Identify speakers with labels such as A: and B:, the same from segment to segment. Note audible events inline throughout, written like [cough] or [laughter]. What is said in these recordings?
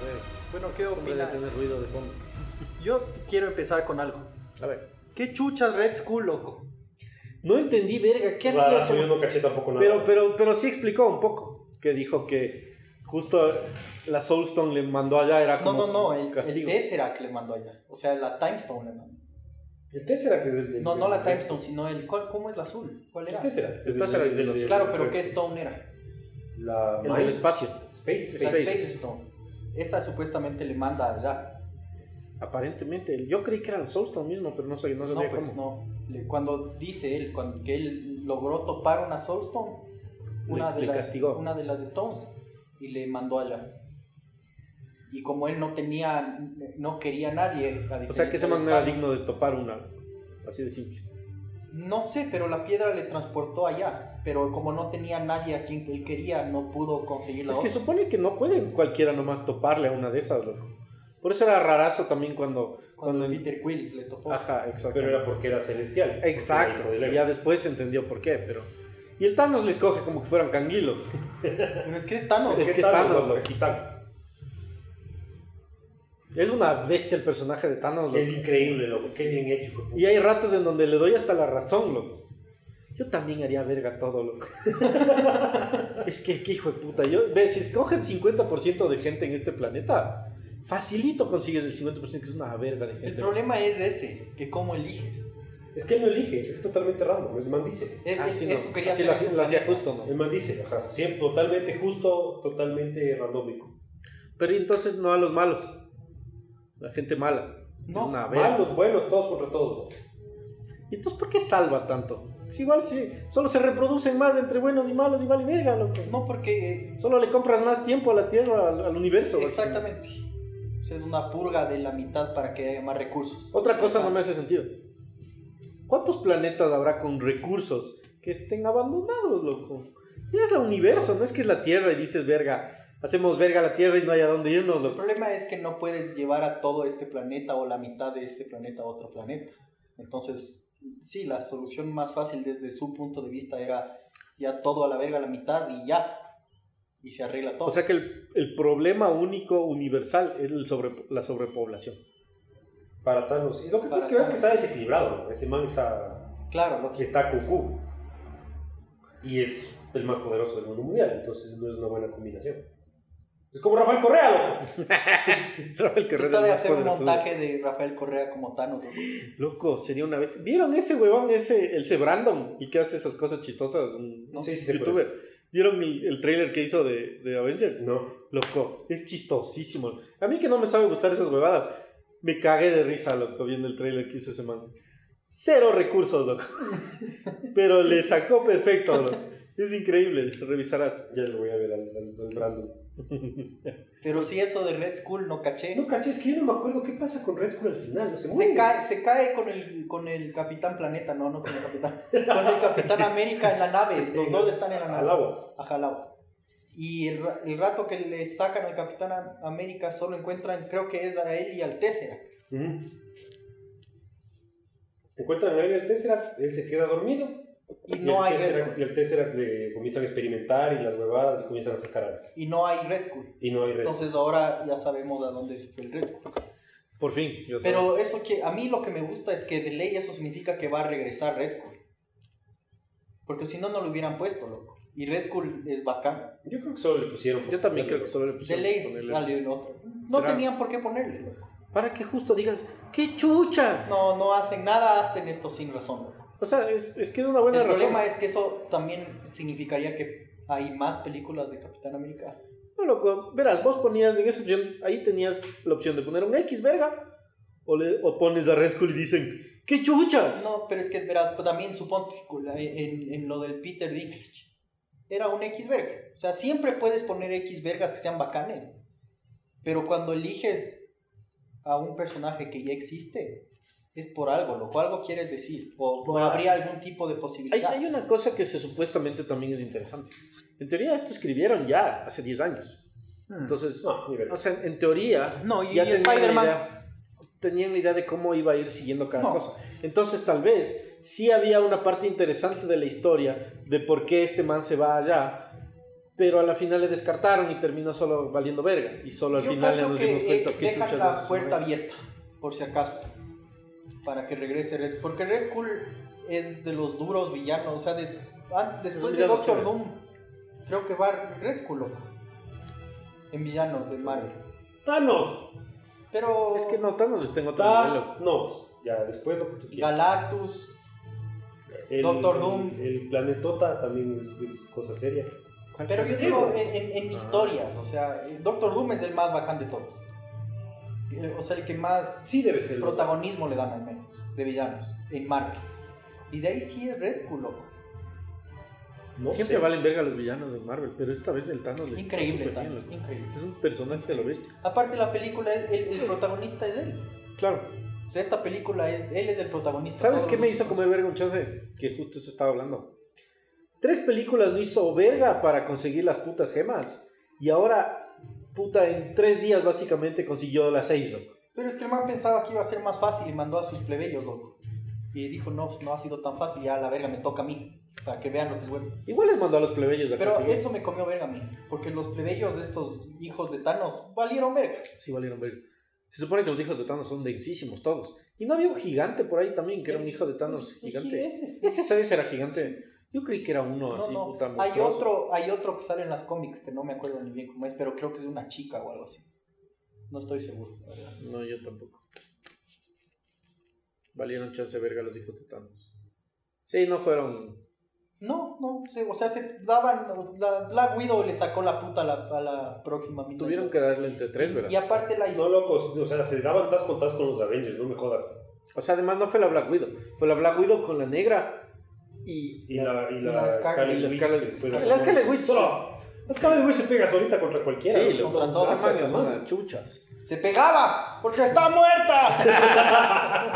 A: ejemplo, ¿qué
B: Costumbre de
A: opina?
B: tener ruido de fondo.
A: Yo quiero empezar con algo.
B: A ver.
A: ¿Qué chucha Red Skull, loco?
C: No entendí, verga, ¿qué hacía
D: Raro, yo
C: ese
D: no caché tampoco nada.
B: Pero, pero, pero sí explicó un poco. Que dijo que justo la Soulstone le mandó allá, era
A: No,
B: Ah, como
A: no, no,
B: su
A: el, el
B: castigo.
A: Tesseract le mandó allá. O sea, la Timestone le mandó.
D: El Tesseract es el del-
A: No, no la
D: del-
A: Timestone, sino el. ¿cuál- ¿Cómo es la azul? ¿Cuál
D: El
A: era?
D: Tesseract. es
B: El
D: del-
B: Tesseract Este es pues,
D: del- del-
A: Claro, pero
D: del-
A: ¿qué Stone era?
D: La
B: El del
D: Mind
B: espacio,
D: Space.
A: O sea,
B: Space.
A: Space Stone. Esta supuestamente le manda allá.
B: aparentemente. Yo creí que era el Soulstone mismo, pero no, sé, no
A: No,
B: sabía
A: pues
B: cómo.
A: no. Le- Cuando dice él cuando, que él logró topar una Soulstone,
B: Le-
A: una, de
B: le
A: las,
B: castigó.
A: una de las Stones, y le mandó allá. Y como él no tenía, no quería a nadie. a
B: O sea que ese
A: diferencia
B: man
A: de
B: no era
A: Thanos,
B: digno de topar una. Así de simple.
A: No sé, pero la piedra le transportó allá. Pero como no tenía nadie a quien él quería, no pudo conseguir la
B: Es que
A: otra.
B: supone que no puede cualquiera nomás toparle a una de esas, loco. Por eso era rarazo también cuando.
A: Cuando
B: cuando- Ah.
A: Peter Quill le topó.
B: Ajá, exacto.
D: Pero era porque era celestial. porque era
B: Exacto.
D: hijo del Ego.
B: Ya después se entendió por qué, pero. Y el Thanos les coge como que fueran canguilo.
A: Pero es que es Thanos.
B: Es
D: ¿Qué
B: que
D: tal,
B: están
D: loco?
B: los-
D: ¿Qué tal?
B: Es una bestia el personaje de Thanos, loco.
D: Es increíble, loco. Qué bien hecho. hijo de puta.
B: Y hay ratos en donde le doy hasta la razón, loco. Yo también haría verga todo,
A: [laughs]
B: loco. es que, qué hijo de puta. Yo, ve, si escoges 50% de gente en este planeta, facilito consigues el 50%, que es una verga de gente.
A: El problema es ese, que cómo eliges.
D: Es que él no elige. Es totalmente random. El man dice.
A: Es- es-
B: Así, Ah, no.
A: eso quería
B: Así
A: hacer
B: lo,
A: en
B: hacía-
A: su
B: lo hacía
A: planeta.
B: justo, ¿no?
D: El man dice. Ajá. Siempre totalmente justo, totalmente randómico.
B: Pero ¿y entonces no a los malos. La gente mala.
A: No,
B: es una verga.
D: Malos, buenos, todos contra todos.
B: ¿Y entonces por qué salva tanto? Si igual si solo se reproducen más entre buenos y malos y vale verga, loco.
A: No, porque. eh,
B: Solo le compras más tiempo a la Tierra, al, al universo. básicamente.
A: exactamente. O sea, es una purga de la mitad para que haya más recursos.
B: Otra cosa no me
A: Ajá.
B: hace sentido. ¿Cuántos planetas habrá con recursos que estén abandonados, loco? Ya es la universo, no es que es la Tierra y dices verga. Hacemos verga a la Tierra y no hay a dónde irnos,
A: El
B: loco.
A: problema es que no puedes llevar a todo este planeta o la mitad de este planeta a otro planeta. Entonces, sí, la solución más fácil desde su punto de vista era ya todo a la verga, a la mitad y ya. Y se arregla todo.
B: O sea que el, el problema único, universal, es el sobre- la sobrepoblación. [laughs]
D: Para Thanos. Y lo que pasa es que,
A: Para
D: ves que está desequilibrado. ¿no? Ese man está,
A: claro, lógico.
D: está cucú. Y es el más poderoso del mundo mundial. Entonces no es una buena combinación. Es como Rafael Correa, loco.
B: Rafael Correa es
A: Trata
B: el
A: de
B: más
A: hacer un
B: poderoso.
A: montaje de Rafael Correa como Thanos. ¿no?
B: Loco, sería una bestia. ¿Vieron ese huevón, ese, ese Brandon? ¿Y que hace esas cosas chistosas? Un
A: No.
D: Sí, sí, se
B: youtuber.
D: puede.
A: pues.
B: ¿Vieron el, el trailer que hizo de, de Avengers?
D: No.
B: Loco, es chistosísimo. A mí que no me sabe gustar esas huevadas, me cagué de risa, loco, viendo el trailer que hizo ese man. Cero recursos,
A: [laughs]
B: loco. Pero le sacó perfecto, loco. Es increíble, revisarás.
D: Ya lo voy a ver al, al- al Brandon.
A: Pero sí, eso de Red Skull no caché.
D: No, caché, es que yo no me acuerdo qué pasa con Red Skull al final. No se
A: Se
D: muere.
A: cae, se cae con el con el Capitán Planeta, no, no con el Capitán. [laughs] Con el Capitán América en la nave. Los dos están en la
D: al
A: nave.
D: agua.
A: Ajá, al agua. Y el, ra- el rato que le sacan al Capitán Am- América solo encuentran, creo que es a él y al Tesseract.
D: Encuentran a él y al Tesseract, él se queda dormido.
A: Y
D: el
A: no hay Red
D: Tesseract-
A: Skull.
D: Y al Tesseract le comienzan a experimentar y las huevadas y comienzan a sacar armas.
A: Y no hay Red Skull.
D: Y no hay Red Skull.
A: Entonces ahora ya sabemos a dónde se fue el Red Skull.
B: Por fin. yo sé.
A: Pero eso que a mí lo que me gusta es que de ley eso significa que va a regresar Red Skull. Porque si no, no lo hubieran puesto, loco. Y Red Skull es bacán.
D: Yo creo que solo le pusieron. por-
B: yo también creo que solo le
A: De
B: pusieron
A: ley
B: ponerle-
A: salió el otro. No
B: ¿Será?
A: tenían por qué ponerle. loco.
B: Para que justo digas, ¡qué chuchas!
A: No, no hacen nada, hacen esto sin razón. loco.
B: O sea, es, es que es una buena
A: el
B: razón.
A: problema es que eso también significaría que hay más películas de Capitán América.
B: No, loco, verás, vos ponías en esa opción, ahí tenías la opción de poner un X, verga. O, le, o pones a Red Skull y dicen, ¡qué chuchas!
A: No, pero es que verás, pues, también suponte con la- en, en lo del Peter Dinklage. Era un X verga. O sea, siempre puedes poner X vergas que sean bacanes. Pero cuando eliges a un personaje que ya existe, es por algo, loco. Algo quieres decir. O, o
B: Bueno,
A: habría algún tipo de
B: Hay,
A: posibilidad.
B: hay una cosa que se supuestamente también es interesante. En teoría esto escribieron ya hace 10 años. Entonces,
D: No, ni verga.
B: o sea, en teoría
A: No, y-
B: ya
A: y
B: tenían la,
A: Spider-Man.
B: idea, tenían la idea de cómo iba a ir siguiendo cada
A: No.
B: cosa. Entonces tal vez sí había una parte interesante de la historia de por qué este man se va allá Pero a la final le descartaron y terminó solo valiendo verga. Y solo al
A: Yo
B: final
A: cacho
B: nos dimos
A: que,
B: cuenta
A: eh,
B: que
A: dejan
B: chuchas
A: la
B: de su
A: puerta
B: madre.
A: abierta, por si acaso, para que regrese Red Skull. Porque Red Skull es de los duros villanos, o sea, des- antes-
B: un
A: después de
B: villano
A: Doctor
B: chévere.
A: Doom, creo que va Red Skull, loco, en villanos de Marvel.
D: Thanos.
A: Pero
B: Es que no, Thanos está en otro nivel, loco.
D: Thanos. Ya, después lo que tú quieras.
A: Galactus,
D: El-
A: Doctor Doom.
D: El planetota también es, es cosa seria.
A: pero yo digo en, en- en
B: Ah.
A: historias, o sea, Doctor Doom es el más bacán de todos. Eh, O sea, el que más
D: Sí debe ser.
A: protagonismo le dan al menos de villanos en Marvel. Y de ahí sí es Red Skull, loco.
D: No
B: Siempre
D: sé.
B: valen verga los villanos de Marvel, pero esta vez el Thanos les está
A: Increíble,
B: súper bien,
A: Thanos,
B: loco.
A: increíble.
B: Es un personaje de lo bestia.
A: Aparte la película, el, el- el protagonista es él.
B: Claro.
A: O sea, esta película es, él es el protagonista.
B: ¿Sabes
A: Todos
B: qué me
A: los-
B: hizo comer verga un chance? Que justo eso estaba hablando. Tres películas no hizo verga para conseguir las putas gemas. Y ahora, puta, en tres días básicamente consiguió las seis, loco.
A: Pero es que el man pensaba que iba a ser más fácil y mandó a sus plebeyos, loco. Y dijo, no, no ha sido tan fácil, ya la verga me toca a mí. Para que vean lo que es bueno.
B: Igual les mandó a los plebeyos a
A: Pero
B: conseguir.
A: eso me comió verga a mí. Porque los plebeyos de estos hijos de Thanos valieron verga.
B: Sí, valieron verga. Se supone que los hijos de Thanos son densísimos todos. Y no había un gigante por ahí también, que era un hijo de Thanos
A: Y
B: gigante.
A: Pues, ese.
B: Ese, ¿sabes? Era gigante. Yo creí que era uno
A: No,
B: así,
A: no.
B: puta
A: Hay
B: monstruoso.
A: otro, hay otro que sale en las cómics, que no me acuerdo ni bien cómo es, pero creo que es de una chica o algo así. No estoy seguro, la verdad.
B: No, yo tampoco. Valieron chance verga los hijos de Thanos. Sí, no fueron
A: No, no, se- o sea, se daban, la Black Widow le sacó la puta a la, a la próxima mitad.
B: Tuvieron que darle entre tres, ¿verdad?
A: Y aparte la
D: No,
A: historia,
D: locos. O sea, se daban tas con tas con los Avengers, no me jodas.
B: O sea, además no fue la Black Widow. Fue la Black Widow con la negra y...
D: Y la, y la,
A: La Scarlet-
B: y la
D: Witch,
B: Scarlet-
D: que después
B: la
D: la-
B: Scarlet Witch.
D: Solo, la Scarlet Witch se pega solita contra cualquiera.
B: Sí,
D: ¿no?
B: loco.
A: Contra todos.
B: Esas
D: Esas
B: manes son
D: manes.
B: unas chuchas.
A: se pegaba porque está muerta.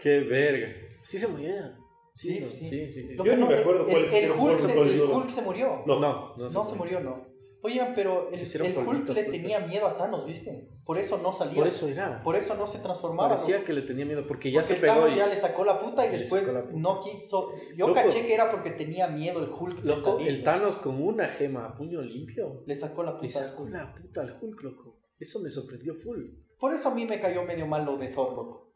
B: Qué verga. Sí se moría.
A: Sí,
B: no,
A: sí.
B: sí, sí, sí.
A: Lo
D: Yo
A: que
D: no me acuerdo
A: el-
D: cuál
A: el,
D: es
A: el
D: el
A: Hulk,
D: cuál
A: se,
D: se murió.
A: el Hulk se murió. No,
D: No, no.
B: no,
A: se murió, no. Oigan, pero el,
B: Se hicieron
A: el Hulk
B: polvito,
A: le
B: fue,
A: tenía miedo a Thanos, ¿viste? Por eso no salía.
B: Por eso era.
A: Por eso no se transformaba.
B: Parecía
A: loco.
B: que le tenía miedo porque ya
A: Porque
B: se
A: el
B: pegó
A: Thanos
B: y...
A: ya le sacó la puta y
B: le
A: después
B: sacó la puta.
A: no quiso. Yo
B: Loco.
A: caché que era porque tenía miedo el Hulk. de
B: Loco,
A: salir,
B: el
A: ¿no?
B: Thanos con una gema a puño limpio.
A: Le sacó la
B: Le
A: puta. al
B: sacó
A: Hulk.
B: la puta al Hulk, loco. Eso me sorprendió full.
A: Por eso a mí me cayó medio mal lo de Thor, loco.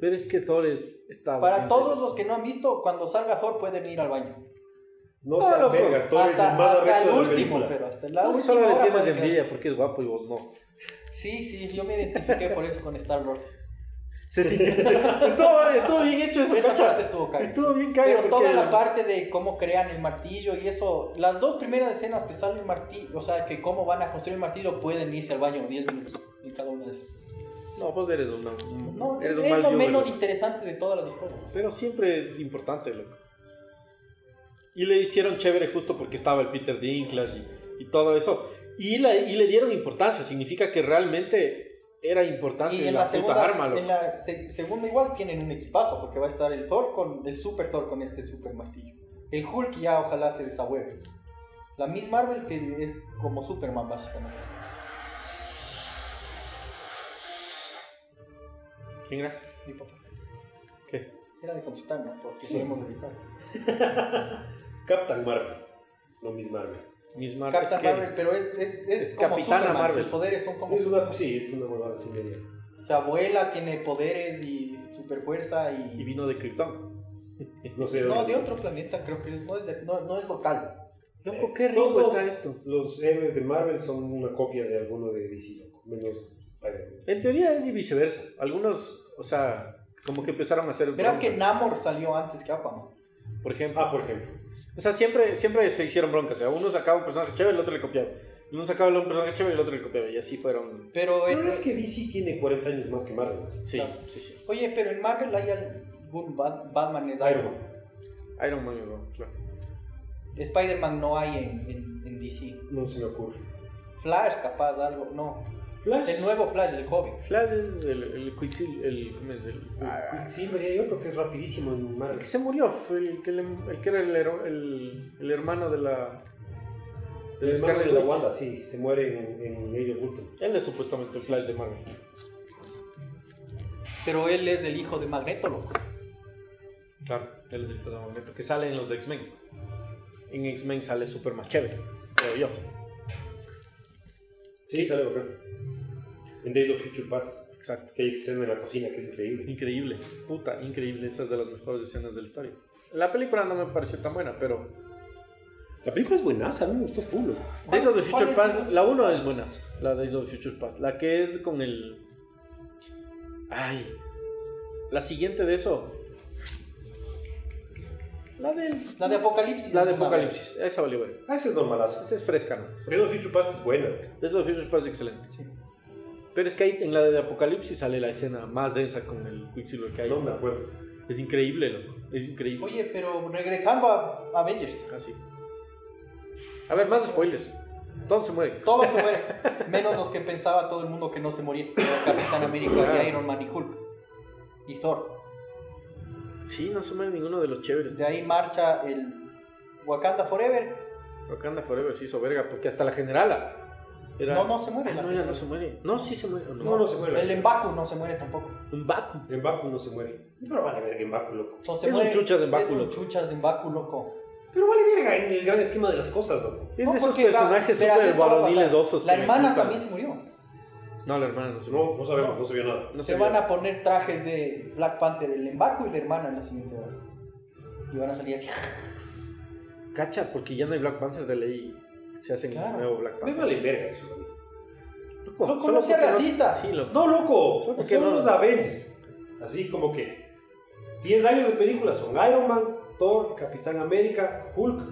B: Pero es que Thor es- estaba...
A: Para
B: bien
A: todos
B: verga.
A: los que no han visto, cuando salga Thor pueden ir al baño.
D: No
B: Ah,
D: sean
B: loco.
D: vergas, Thor es el
A: hasta
D: más
A: hasta
D: arrecho
A: el
D: de la
A: último,
D: película.
A: pero hasta el
B: Tú
A: última
B: solo pues, le
A: hora
B: tienes de
A: pueden
B: envidia porque es guapo y vos no.
A: quedarse. Sí, sí, yo me identifiqué por eso
B: [laughs]
A: con Star-Lord.
B: Se sintió- [laughs] estuvo, estuvo bien hecho eso,
A: Esa
B: cacha.
A: parte estuvo caga.
B: Estuvo bien caído
A: Pero toda la parte de cómo crean el martillo y eso, las dos primeras escenas que sale el martillo, o sea, que cómo van a construir el martillo, pueden irse al baño 10 minutos en cada una de esas.
B: No, vos eres un,
A: No,
B: eres
A: es,
B: un mal
A: lo
B: viewer,
A: menos
B: loco.
A: interesante de todas las historias.
B: Pero siempre es importante, loco. Y le hicieron chévere justo porque estaba el Peter Dinklage y, y todo eso. Y, la- y le dieron importancia, significa que realmente era importante
A: Y en
B: la,
A: la,
B: puta
A: segunda,
B: arma, loco.
A: en la se- segunda igual tienen un equipazo, porque va a estar el Thor con el Super Thor con este Super Martillo. El Hulk ya ojalá se desahueve. La Miss Marvel que es como Superman básicamente.
B: ¿Quién era?
A: Mi papá.
B: ¿Qué?
A: Era de conquistar, ¿no? Porque
B: Sí.
A: queremos evitar.
D: Captain Marvel. No Miss Marvel.
B: Miss Marvel.
A: Captain
B: es que-
A: Marvel, pero es, es, es,
B: es
A: como
B: Capitana
A: Superman,
B: Marvel.
A: Sus poderes son como...
D: Es una, sí, es una huevada así media.
A: O sea, abuela tiene poderes y super fuerza y...
B: Y vino de Krypton.
D: No sé.
A: no,
D: dónde-
A: de otro planeta creo que no es, de- no, no es local.
B: Loco, qué rico
D: Todos-
B: está esto.
D: Los héroes de Marvel son una copia de alguno de DC, loco, menos Spider-Man.
B: En teoría es y viceversa. Algunos, o sea, como que empezaron a hacer...
A: Verás
B: broma.
A: que Namor salió antes que Aquaman.
B: Por ejemplo.
D: Ah, por ejemplo.
B: O sea, siempre, siempre se hicieron broncas. O sea, uno sacaba un personaje chévere, el otro le copiaba. Uno sacaba un personaje chévere, el otro le copiaba. Y así fueron.
A: Pero en-
D: Pero es que DC tiene 40 años más que Marvel.
B: Sí,
A: Claro.
B: sí, sí.
A: Oye, pero en Marvel hay algún Bat- Batman es Iron
D: Iron
A: Man.
D: Man.
B: Iron Man, ¿no? claro.
A: Spider-Man no hay en, en- en DC.
D: No se me ocurre.
A: Flash, capaz, algo. No.
D: Flash.
A: El nuevo Flash, el joven.
B: Flash es el, el Quicksilver, el, ¿cómo es? El-
D: Quicksilver y hay otro que es rapidísimo en
B: el
D: Marvel.
B: que se murió fue el que, le- el que era el, hero- el, el hermano de la.
D: El
B: la
D: hermano
B: Scarlet
D: de la
B: Witch.
D: Wanda, sí, se muere en, en Age of Ultron.
B: Él es supuestamente el Flash de Marvel.
A: Pero él es el hijo de Magneto, loco.
B: Claro, él es el hijo de Magneto, que sale en los de X-Men. en X-Men sale súper más chévere, creo yo.
D: Sí, sale bacán. En Days of Future Past,
B: Exacto.
D: que hay escena en la cocina, que es increíble.
B: Increíble, puta, increíble. Esa es de las mejores escenas de la historia. La película no me pareció tan buena, pero
D: La película es buenaza, a mí me gustó full. loco.
B: Days of the
A: ¿Cuál
B: Future
A: es
B: Past, la 1 es buena. La Days of the Future Past. La que es con el. Ay. La siguiente de eso. La del.
A: La de Apocalipsis.
B: La de
A: es una
B: Apocalipsis. Esa valió verga.
D: Ah, esa es normalaza.
B: Esa es fresca, ¿no?
D: Days of Future Past es buena.
B: Days of the Future Past es excelente.
A: Sí.
B: Pero es que ahí en la de Apocalipsis sale la escena más densa con el Quicksilver que hay.
D: No me acuerdo.
B: Es increíble, loco. Es
A: verga.
B: increíble.
A: Oye, pero regresando a Avengers.
B: Así. A ver, más spoilers. Todos se mueren.
A: Todos se mueren. [laughs] menos los que pensaba todo el mundo que no se morían. Capitán América y Iron Man y Hulk. Y Thor.
B: Sí, no se muere ninguno de los chéveres.
A: De ahí marcha el Wakanda Forever.
B: Wakanda Forever se hizo verga porque hasta la generala era...
A: No, no se muere.
B: Ah,
A: la
B: no, ya no se muere. No, sí se muere. ¿o
D: No, no se muere.
A: El Embaku no se muere tampoco.
B: Un Baku.
D: En Baku no se muere. Pero vale verga en Baku, loco.
A: No se
B: Es un
A: muere.
B: chuchas de Embaku,
A: Es un
B: loco.
A: chuchas de Embaku, loco.
D: Pero vale verga en el gran esquema de las cosas, loco.
B: Es
A: No,
B: de esos
A: porque la-
B: personajes
A: verás,
B: súper
A: esto va a
B: varoniles
A: pasar.
B: osos.
A: La
B: que me
A: hermana
B: gustan.
A: también se murió.
B: No, la hermana no se murió.
D: No, no sabemos, no se vio nada.
B: No
A: se
B: se
A: van
B: vio.
A: a poner trajes de Black Panther, el Embaku y la hermana en la siguiente hora. Y van a salir así.
B: Cacha, porque ya no hay Black Panther de ley. Se hacen
A: Claro.
B: nuevo Black
D: Me
B: Panther.
D: vale verga eso. loco.
B: Loco,
A: Loco,
B: solo
A: no sea
B: porque
A: racista.
B: Sí, loco.
D: No, loco.
B: Solo
D: Son
B: porque no-
D: los Avengers. Así como que 10 años de películas son Iron Man, Thor, Capitán América, Hulk.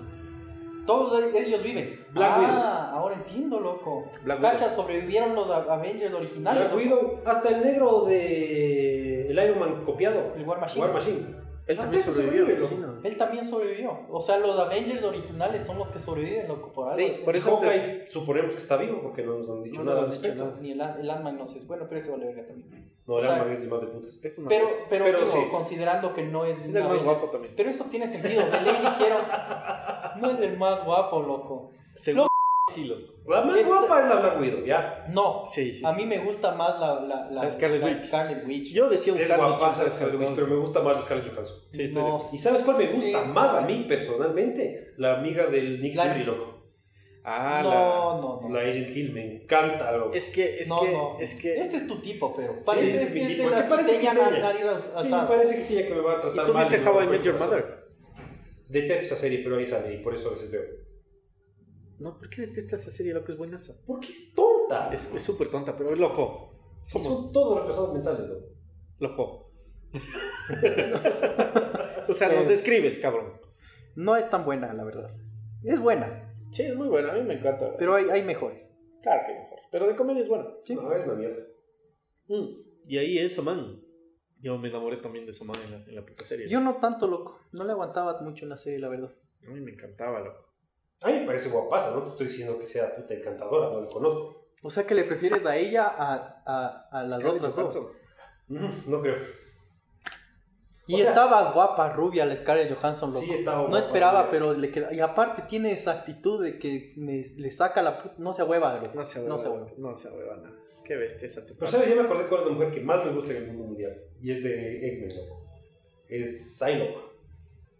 A: Todos e- ellos viven.
D: Black
A: ah,
D: Widow.
A: ahora entiendo, loco.
B: Black
A: Cacha, sobrevivieron los A- Avengers originales.
D: Black
A: loco.
D: Widow, hasta el negro de el Iron Man copiado.
A: El War Machine.
D: War Machine.
B: Él
D: No,
B: también
D: ese
B: sobrevivió.
D: sobrevive,
B: sí, no.
A: Él también sobrevivió. O sea, los Avengers originales son los que sobreviven, loco, por algo.
B: Sí, por eso
D: Hawkeye,
B: antes-
D: suponemos que está vivo porque no nos han dicho
B: No nos
D: nada.
B: han
D: al
B: dicho
D: respecto.
B: nada.
A: Ni el, An- el Ant-Man no sé. Bueno, pero ese vale verga también.
D: No, el
A: O sea,
D: Iron Man es el más de putas.
B: Es, una
A: Pero,
B: bestia.
A: pero,
D: Pero
A: digo,
D: sí.
A: considerando que no es.
B: es
A: una
B: el más
A: Avenger-
B: guapo también.
A: Pero eso tiene sentido. De ley dijeron. No es el más guapo, loco.
B: Seguro sí, loco.
D: La más
A: Esta-
D: guapa es la Black Widow, ya.
A: No.
B: Sí, sí.
A: A
B: sí.
A: mí me gusta más la, la, la,
B: La Scarlet Witch.
A: Scarlet Witch.
B: Yo decía un
D: Es
B: sándwich.
D: guapaza,
B: un
D: Scarlet
B: saltón.
D: Witch, pero me gusta más Scarlett Johansson.
B: Sí, estoy de-
A: No
D: ¿Y sabes cuál me gusta
A: sé.
D: más a mí personalmente? La amiga del Nick
A: La-
D: Fury, loco.
B: Ah,
A: no, no, no.
D: La Agent Hill, me encanta, loco.
B: la... Es que, es
A: No,
B: que,
A: no.
B: es que...
A: Este es tu tipo, pero. Parece
D: ese
A: es,
D: es mi
A: es de
D: tipo.
A: las
D: ¿Qué
A: que
D: parece que
A: tenían
D: tiene?
A: a Nariz
D: Sí, me parece que tiene que me va a
B: ¿Y
D: tratar
B: tú
D: mal.
B: viste
D: no
B: How I
D: me
B: Met Your
D: acuerdo.
B: Mother?
D: Detesto esa serie, pero ahí sale y por eso a veces veo.
B: No, ¿por qué detestas esa serie, loco? Es buenaza.
D: Porque es tonta.
B: Es es súper tonta, pero es loco.
D: Y
B: Somos
D: Son todos retrasados mentales, loco.
B: loco. [laughs] o sea, nos describes, cabrón.
A: No es tan buena, la verdad. Es buena,
B: Sí, es muy buena, a mí me encanta.
A: pero hay, hay mejores.
B: claro que mejor. Pero de comedia es buena. Mm.
A: Sí.
D: No, es una mierda.
B: Ah. Y ahí es Saman. Yo me enamoré también de Saman en la, en la puta serie.
A: Yo no tanto, loco. No le aguantaba mucho la serie, la verdad.
B: A mí me encantaba, loco.
D: A mí me parece guapaza, no te estoy diciendo que sea puta encantadora, no la conozco.
A: O sea que le prefieres a ella a, a- a las
B: Scarlett
A: otras dos.
B: Johansson.
D: Mm, No creo.
A: Y
D: O sea-
A: estaba guapa, rubia, la Scarlett Johansson, loco.
D: Sí, estaba
A: no
D: guapa,
A: esperaba,
D: mira.
A: pero le queda. Y aparte tiene esa actitud de que es- me- le saca la puta. No se ahueva, loco.
B: No se
A: No se
B: ahueva.
A: ahueva.
B: No se ahueva nada. Qué bestia esa tipa.
D: Pero sabes, ya me acordé cuál es la mujer que más me gusta en el mundo mundial. Y es de X-Men, loco. Es Psylocke.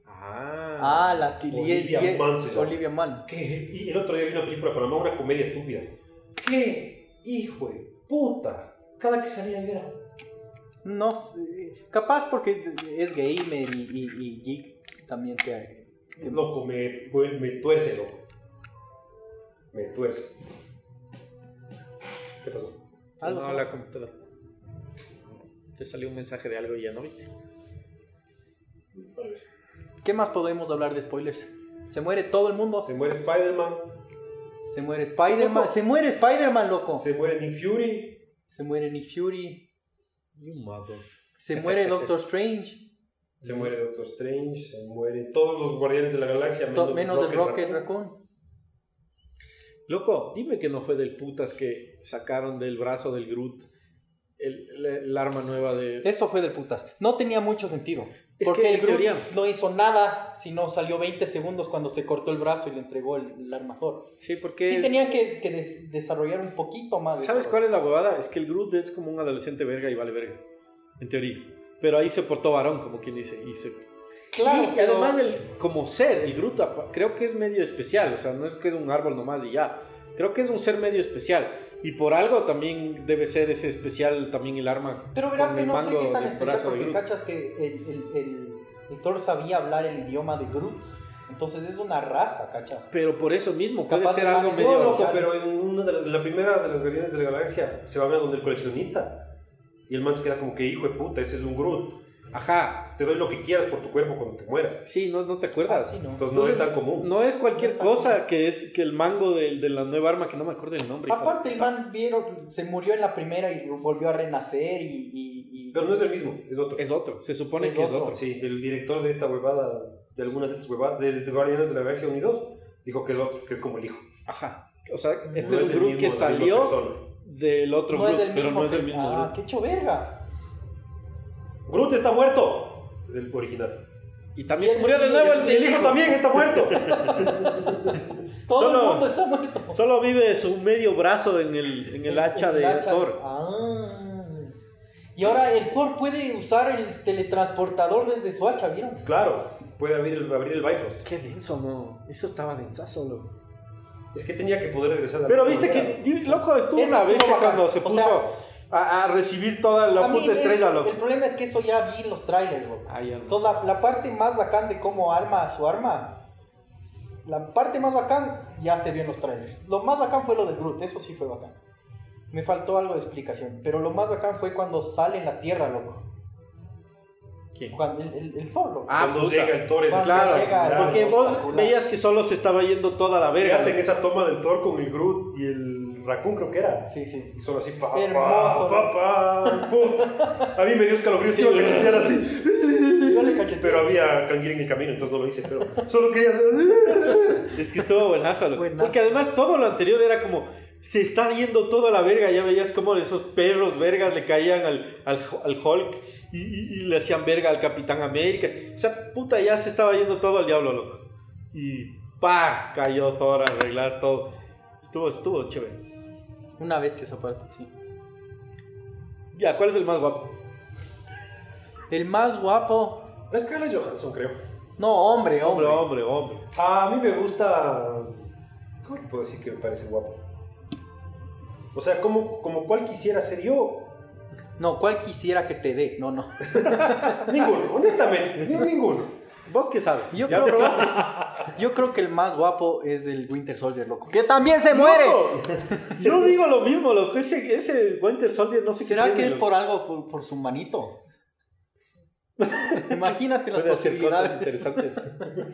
B: Ah.
A: Ah, la que
D: Olivia
A: die- die-
D: Munn se llama.
A: Olivia Munn.
D: ¿Qué? Y el otro día vi una película con la mamá, una comedia estúpida. ¿Qué? Hijo de puta. Cada que salía yo era.
A: No sé. Capaz porque es gamer y, y, y geek también te. te-
D: Loco, me, me tuerce, loco. Me tuerce. ¿Qué pasó?
A: algo
B: no,
A: se-
B: la computadora. Te salió un mensaje de algo y ya no viste.
A: ¿Qué más podemos hablar de spoilers? Se muere todo el mundo.
D: Se muere Spider-Man,
A: Se muere Spider-Man.
D: Loco.
A: Se muere Spider-Man, loco.
D: se muere Nick Fury,
A: Se muere Nick Fury.
B: You mother.
A: Se
D: [laughs]
A: muere Doctor Strange.
D: se muere Doctor Strange, se mueren todos los guardianes de la galaxia,
A: to-
D: menos,
A: Menos de Rocket
D: Raccoon.
A: Raccoon.
B: Loco, dime que no fue del putas que sacaron del brazo del Groot el, el- el arma nueva de.
A: Eso fue del putas. No tenía mucho sentido.
B: Es
A: Eh, porque
B: que,
A: el
B: en
A: Groot
B: teoría-
A: no hizo nada, sino salió 20 segundos cuando se cortó el brazo y le entregó el, el arma Thor.
B: Sí, porque.
A: Sí
B: es-
A: tenían que, que des- desarrollar un poquito más. de
B: ¿Sabes
A: Thor.
B: cuál es la huevada? Es que el Groot es como un adolescente verga y vale verga. En teoría. Pero ahí se portó varón, como quien dice. Y se,
A: Claro,
B: y
A: pero-
B: además, el, como ser, el Groot apa- creo que es medio especial. O sea, no es que es un árbol nomás y ya. Creo que es un ser medio especial. Y por algo también debe ser ese especial, también el arma.
A: Pero verás
B: con
A: que
B: el
A: no sé
B: mango
A: qué tan
B: del
A: especial
B: brazo de
A: porque
B: Groot.
A: cachas que el, el, el, el Thor sabía hablar el idioma de Groot. Entonces es una raza, cachas.
B: Pero por eso mismo, puede
A: Capaz
B: ser
A: el
B: algo
A: man es
B: medio.
A: todo
D: No, loco,
A: Claro.
D: pero en una de las- la primera de las Guardianes de la Galaxia se van a donde el coleccionista. Y el man se queda como que, hijo de puta, ese es un Groot.
B: Ajá.
D: Te doy lo que quieras por tu cuerpo cuando te mueras.
B: Sí, no, no te acuerdas.
A: Así, ¿no?
D: Entonces no es
B: Entonces,
D: tan común.
B: No es cualquier cosa que es que el mango del- de, la nueva arma, que no me acuerdo el nombre. hija de
A: Aparte, el
B: puta.
A: man vieron, se murió en la primera y volvió a renacer y. y- y-
D: Pero no es el mismo, es otro.
B: Es otro, se supone
A: Es
B: que
A: otro.
B: es otro.
D: Sí, el director de esta huevada, de alguna de estas huevadas, de, de Guardianes de la Galaxia 1 y 2, dijo que es otro, que es como el hijo.
B: Ajá. O sea, este
D: No
B: es un
D: el
B: Groot
D: mismo,
B: que
D: es la misma
B: salió
D: persona.
B: del otro
A: no
B: Groot,
A: es el mismo.
B: pero no es el
A: que-
B: mismo
A: Ah,
B: Groot.
A: qué hecho verga.
D: Groot está muerto. El original.
B: Y también
A: Y
B: se murió de
A: el-
B: nuevo el,
D: Y el hijo también está
B: [laughs]
D: muerto.
A: Todo el
B: Solo-
A: mundo está muerto.
B: Solo vive su medio brazo en el, en el hacha
A: El
B: de
A: hacha.
B: Thor.
A: Ah. Y ahora el Thor puede usar el teletransportador desde su hacha, ¿vieron?
D: claro, puede abrir el, abrir el Bifrost.
B: Qué denso, no. Eso estaba densazo, loco.
D: Es que tenía que poder regresar a la
B: Pero viste
D: primera.
B: que, di- loco, estuvo
A: Eso
B: una
A: estuvo
B: bestia
A: bacán.
B: cuando se
A: O
B: puso
A: sea,
B: a, a recibir toda
A: A
B: la
A: mí,
B: puta
A: eh,
B: estrella, loco.
A: El problema es que eso ya vi en los trailers, loco.
D: Ah,
B: Ay, ya no.
A: Entonces, la, la parte más bacán de cómo arma su arma, la parte más bacán ya se vio en los trailers. Lo más bacán fue lo del Groot, eso sí fue bacán. Me faltó algo de explicación, pero lo más bacán fue cuando sale en la tierra, loco.
B: ¿Quién?
A: Cuando el, el, el Thor, loco.
B: Ah,
D: Cuando
B: puta.
D: llega el Thor es
A: Cuando
B: Claro,
A: llega,
D: espectacular.
B: porque
A: no,
B: vos
A: espectacular.
B: veías que solo se estaba yendo toda la
D: Le
B: verga.
D: hacen esa toma del Thor con el Groot y el Raccoon, creo que era.
A: Sí, sí.
D: Y solo así, pa,
A: Hermoso.
D: pa, pa, pa, pum. A mí me dio escalofríos, iba a cachillar así.
A: Yo le cacheteé.
D: Pero había canguil en el camino, entonces no lo hice. Pero solo quería.
B: Es que estuvo buenazo, loco.
A: Buenazo.
B: Porque además todo lo anterior era como. Se está yendo toda la verga. Ya veías como esos perros vergas le caían al, al, al Hulk y, y- y le hacían verga al Capitán América. O sea, puta, ya se estaba yendo todo al diablo, loco. Y pa, cayó Thor a arreglar todo. Estuvo, estuvo chévere.
A: Una bestia esa parte, sí.
B: Ya, ¿cuál es el más guapo?
A: El más guapo.
D: Es Scarlett Johansson, creo.
A: No, hombre,
B: Hombre,
A: hombre.
B: hombre, hombre.
D: A mí me gusta. ¿Cómo te puedo decir que me parece guapo? O sea, como, como cuál quisiera ser yo.
A: No, ¿cuál quisiera que te dé?
B: [laughs]
A: No, no.
D: Ninguno, honestamente, ni- ninguno.
B: ¿Vos qué sabes?
A: Yo
B: ¿Ya
A: creo,
B: probaste?
A: [laughs] yo creo que el más guapo es el Winter Soldier, loco. ¡Que también se
B: ¡Loco! Yo digo lo mismo, loco. Ese, ese Winter Soldier no sé qué
A: ¿Será que
B: tiene,
A: es
B: loco.
A: por algo, por, por
B: [laughs]
A: su manito? Imagínate las
B: Puede hacer cosas
A: posibilidades.
B: interesantes.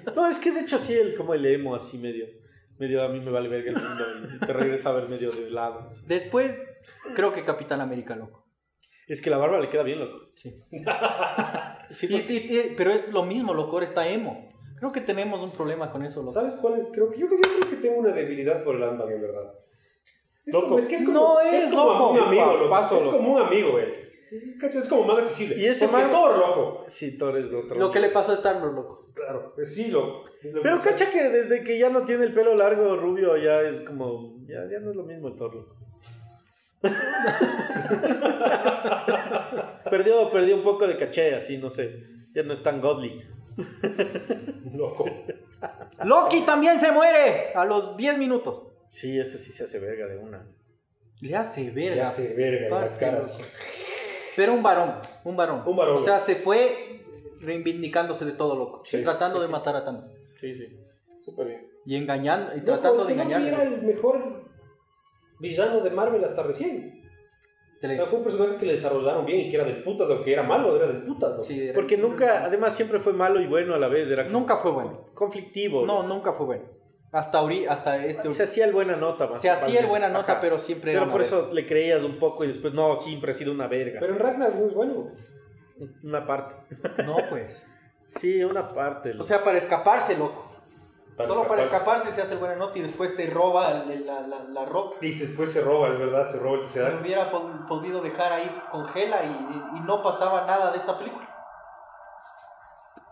B: [laughs] No, es que es hecho así el, como el emo, así medio. Medio a mí me vale verga el mundo y te regresa a ver medio de lado. así.
A: Después, creo que Capitán América, loco.
B: Es que la barba le queda bien, loco.
A: Sí.
B: Sí,
A: Y- y- y- pero es lo mismo, loco, ahora está emo. Creo que tenemos un problema con eso, loco.
D: ¿Sabes cuál es? Creo que yo, yo creo que tengo una debilidad por el Ant-Man, en verdad. Es
B: Loco.
D: como- es que es como,
A: No es
D: como
A: loco.
D: un amigo,
B: Es
D: loco.
B: papazo,
D: es
B: loco.
D: como un amigo, él. ¿Cachai? Es como más accesible.
B: Y ese
D: Porque
B: man-
D: Thor, loco.
B: sí Thor es otro.
A: Lo que le pasó a Star-Lord, loco.
D: Claro, eh, sí, loco.
B: Pero cacha que desde que ya no tiene el pelo largo, rubio, ya es como. Ya, ya no es lo mismo el Thor, loco. [laughs] perdió, perdió un poco de caché, así, no sé. Ya no es tan godly.
A: [laughs]
D: Loco.
A: ¡Loki también se muere! A los 10 minutos.
B: Sí, ese sí se hace verga de una.
A: Le hace verga.
D: Ya se verga, la
A: Parte,
D: cara.
A: loco. Pero un varón, un varón.
D: Un varón.
A: O sea, se fue reivindicándose de todo, loco.
D: Sí,
A: tratando
D: sí,
A: de
D: sí.
A: matar a Thanos.
B: Sí, sí.
D: Súper bien.
A: Y engañando, y
D: Loco,
A: tratando
D: es
B: pues,
A: de
D: que Loki
A: engañarle.
D: era el mejor villano de Marvel hasta recién.
A: Te
D: O
A: le-
D: sea, fue un personaje que le desarrollaron bien y que era del putas, aunque era malo, era del putas. ¿no?
A: sí, era-
B: Porque nunca, además siempre fue malo y bueno a la vez, era como
A: Nunca fue bueno.
B: conflictivo.
A: No, nunca fue bueno. Hasta, ahori- hasta este...
B: se hacía el buena nota.
A: se hacía el buena nota,
B: Ajá.
A: pero siempre
B: Pero
A: era
B: por
A: una
B: eso le creías un poco y después, no, siempre ha sido una verga.
D: Pero en Ragnar no es bueno.
B: Una parte.
A: verga. No, pues.
B: Sí, una parte.
A: O sea, para escaparse, loco. Solo para
D: escapar.
A: escaparse se hace el buena nota y después se roba el- la, la- la roca.
D: Y después pues se roba, es verdad, se roba el que se
A: Lo
D: da.
A: hubiera pod- podido dejar ahí congela y, y no pasaba nada de esta película.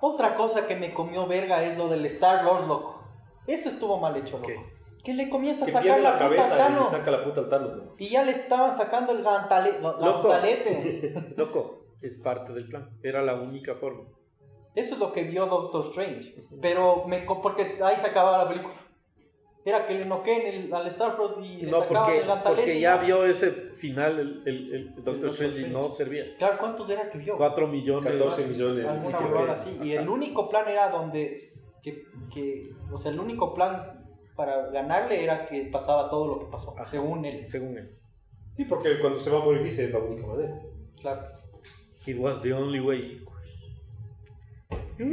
A: Otra cosa que me comió verga es lo del Star Lord, loco. Eso estuvo mal hecho, loco.
D: ¿Qué?
A: Que le comienza a
D: Que
A: sacar
D: pierde
A: la,
D: la
A: puta a
D: cabeza y le
A: Thanos.
D: saca la puta al Thanos. ¿no?
A: Y ya le estaban sacando el gantale- ga-
B: Loco.
A: gantalete.
B: Loco, es parte del plan. Era la única forma.
A: Eso es lo que vio Doctor Strange. Pero me, co- porque ahí se acababa la película. Era que le noqueen el, al Starfrost y le
B: No,
A: sacaban
B: porque,
A: el gantalete.
B: porque ya vio ese final el, el, el Doctor
A: Doctor
B: Strange y
A: Strange.
B: no servía.
A: Claro, ¿cuántos era que vio?
B: 4 millones.
D: 14 millones.
A: Alguna
B: sí, sí,
A: huevada
B: sí.
A: así. Y
B: Ajá.
A: el único plan era donde. Que, que- o sea, el único plan para ganarle era que pasaba todo lo que pasó,
B: Ajá.
A: según él.
B: Según él.
D: Sí, porque cuando se va a morir dice es la única manera.
A: Claro.
B: It was the only
A: [laughs]
B: way. ¡Qué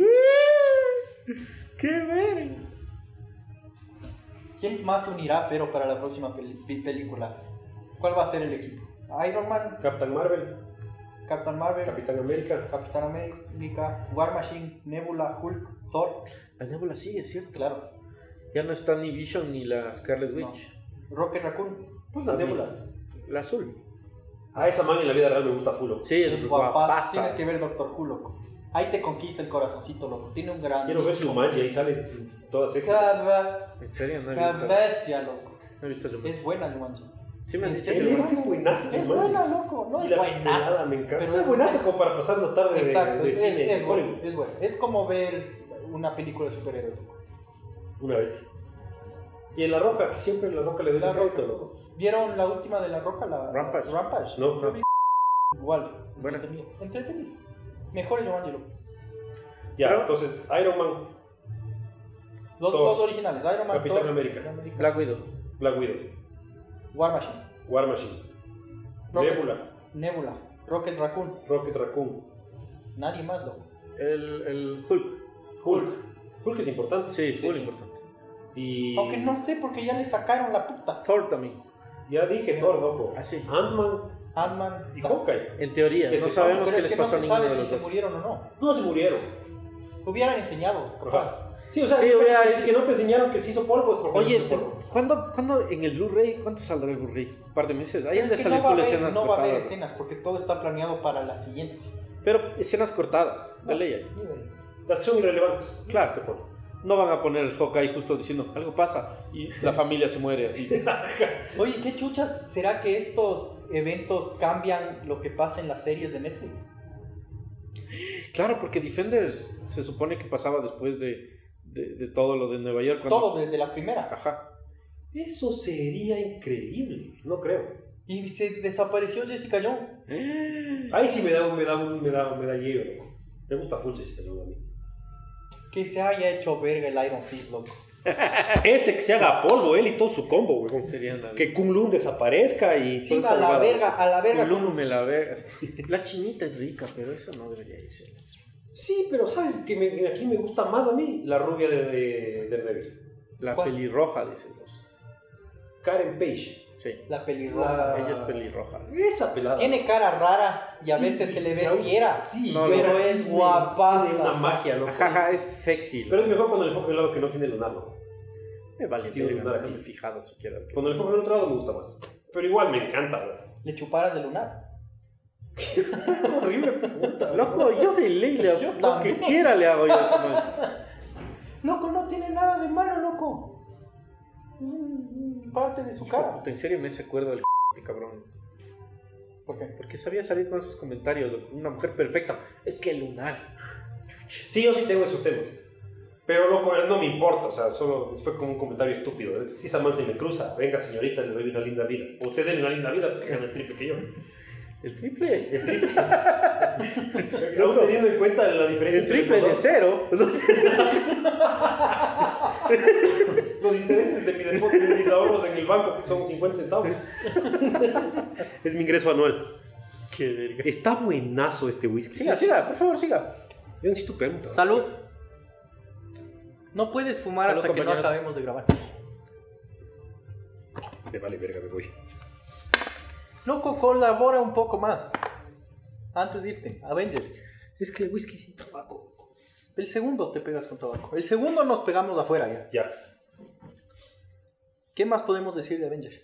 B: verga!
A: ¿Quién más se unirá, pero para la próxima peli- pi- película? ¿Cuál va a ser el equipo? Iron Man,
D: Captain Marvel,
A: Captain Marvel,
D: Capitán América.
A: Capitán América, War Machine, Nebula, Hulk, Thor,
B: La Nebula sí, es cierto.
A: claro,
B: Ya no está ni Vision ni la Scarlet Witch.
A: Rocket Raccoon,
D: Pues la Nebula.
B: La azul.
D: A esa man en la vida real me gusta full.
B: Sí, es
A: es guapazo.
B: guapaza.
A: Tienes que ver Doctor Who, loco. Ahí te conquista el corazoncito, loco. Tiene un gran.
D: Quiero ver su magia, ahí sale toda sexy.
A: Cada,
B: ¿En serio? No he
A: cada
B: visto.
A: bestia, loco.
B: No he visto el
A: Es buena, Jumanji.
B: Sí me han
A: ¿En
B: dicho.
A: serio?
B: que-
D: que es buenaza,
A: Es
D: Jumanji.
A: buena, loco. No
D: Y
A: es
D: la
A: buenaza.
D: pelada, me encanta.
A: Pero
D: es
A: es-
D: buenaza como para pasar una tarde de,
A: Exacto,
D: de
A: es,
D: cine.
A: es,
D: de
A: bueno,
D: Hollywood.
A: es bueno. Es como ver una película de superhéroes, loco.
D: Una bestia. Y en La Roca, que siempre en La Roca le doy
A: La
D: el crédito,
A: Roca.
D: loco.
A: ¿Vieron la última de La Roca? La,
B: Rampage.
A: Rampage.
D: No, no.
A: [laughs] Igual.
B: Buena.
A: Entretenido. Entretenido. Mejor el Jumanji, loco.
D: Ya,
B: Pero-
D: entonces, Iron Man,
A: Los
D: Thor.
A: dos originales, Iron Man,
D: Capitán
A: Thor,
D: América.
A: Capitán América,
B: Black Widow.
D: Black Widow,
A: War Machine,
D: War Machine,
A: Rocket.
D: Nebula,
A: Nebula, Rocket Raccoon,
D: Rocket Raccoon,
A: nadie más, loco.
B: El, el Hulk.
D: Hulk. Hulk es importante.
B: Sí,
A: Sí,
B: Hulk
A: sí.
B: importante.
D: Y.
A: Aunque no sé porque ya le sacaron la puta.
B: Thor también.
D: Ya dije Thor, loco.
B: Ah, sí.
D: Ant-Man
A: Ant-Man
D: y
A: ta-
D: Hawkeye.
B: En teoría,
D: Que
B: no
D: se-
B: sabemos
A: Pero
B: qué
A: es
B: les
A: que no
B: pasó a
A: se
B: ninguno
A: sabe
B: de
A: si
B: los
A: se
B: dos.
A: murieron o no.
D: No se murieron.
A: Hubieran enseñado, capaz.
D: Sí, o sea,
B: Sí,
D: yo
B: hubiera-
D: pensé que no te enseñaron que se hizo polvo es porque
B: Oye,
D: no se
B: te-
D: hizo polvo.
B: ¿cuándo, ¿cuándo en el Blu-ray? ¿Cuánto saldrá el Blu-ray? Un par de meses. Ahí
A: Pero
B: han de
A: es que
B: salir
A: no va, a
B: full
A: haber,
B: escenas
A: no va a haber
B: cortadas.
A: escenas porque todo está planeado para la siguiente.
B: Pero escenas cortadas, de ley.
D: Las que son irrelevantes.
B: Claro.
D: Se ponen.
B: No van a poner el Hawkeye justo diciendo algo pasa y la familia se muere así.
A: Oye, ¿qué chuchas? ¿Será que estos eventos cambian lo que pasa en las series de Netflix?
B: claro, porque Defenders se supone que pasaba después de, de, de todo lo de Nueva York. cuando-
A: Todo desde la primera.
B: Ajá.
D: Eso sería increíble. No creo.
A: Y se desapareció Jessica Jones.
D: Ahí sí me da un, me da un, me da un, me da hielo, loco. Me gusta full Jessica Jones a mí.
A: Que se haya hecho verga el Iron Fist, loco.
D: Ese que se haga polvo, él y todo su combo, güey.
B: Sería una...
D: Que Kung Lun desaparezca y.
A: Sí, a la verga, a la verga.
B: Kulum me la verga. [laughs] La chinita es rica, pero esa no debería irse.
D: Sí, pero ¿sabes que me- que aquí me gusta más a mí? La rubia de, de, de Daredevil.
B: La
A: ¿Cuál?
B: pelirroja, dicen los.
D: Karen Page.
B: Sí,
A: La pelirroja.
D: La-
B: ella es pelirroja.
D: Esa pelada.
A: Tiene cara rara y a
D: Sí,
A: veces se le ve
D: y aún-
A: fiera.
D: Sí,
B: No,
A: pero
B: loco.
A: es
D: sí,
A: guapaza.
D: Tiene una magia, loco.
B: Ajaja, es sexy.
D: Pero es mejor cuando le enfocan el lado que no tiene lunar, loco.
B: me vale
D: Tiene
B: verga,
D: una-
B: no me he fijado siquiera. que-
D: Cuando le enfocan el otro lado me gusta más. Pero igual me encanta, güey.
A: Le chuparas de lunar.
D: Horrible puta.
B: Loco, yo de ley le
A: Yo
B: hago lo que
A: también.
B: quiera le hago yo a esa madre.
A: Loco, no tiene nada de malo, loco. Es un- parte de su
B: Hijo de
A: cara.
B: puta, En serio me se acuerdo del c- este cabrón.
A: ¿Por qué?
B: Porque sabía salir con esos comentarios. loco. Una mujer perfecta. Es que lunar.
D: Sí, yo sí tengo esos temas. Pero loco, no me importa, o sea, solo fue como un comentario estúpido. ¿eh? Si esa man se me cruza, venga señorita, le doy una linda vida. O Usted denle una linda vida porque gana el triple que yo.
B: El triple.
D: El triple. Estamos teniendo en cuenta la diferencia.
B: El
D: entre
B: triple de
D: los dos.
B: cero.
D: Los intereses de mi depósito de mis ahorros en el banco, que son 50 centavos. [laughs] es mi ingreso anual.
B: Qué verga.
D: Está buenazo este whisky.
B: Siga, siga, por favor, siga.
D: Yo necesito permuta.
C: Salud. No puedes fumar
A: Salud,
C: hasta que no
A: compañeros.
C: acabemos de grabar.
D: Me vale verga, me voy.
A: Loco, colabora un poco más. Antes de irte, Avengers.
D: Es que el whisky sin tabaco.
A: El segundo te pegas con tabaco. El segundo nos pegamos afuera ya.
D: Ya.
A: ¿Qué más podemos decir de Avengers?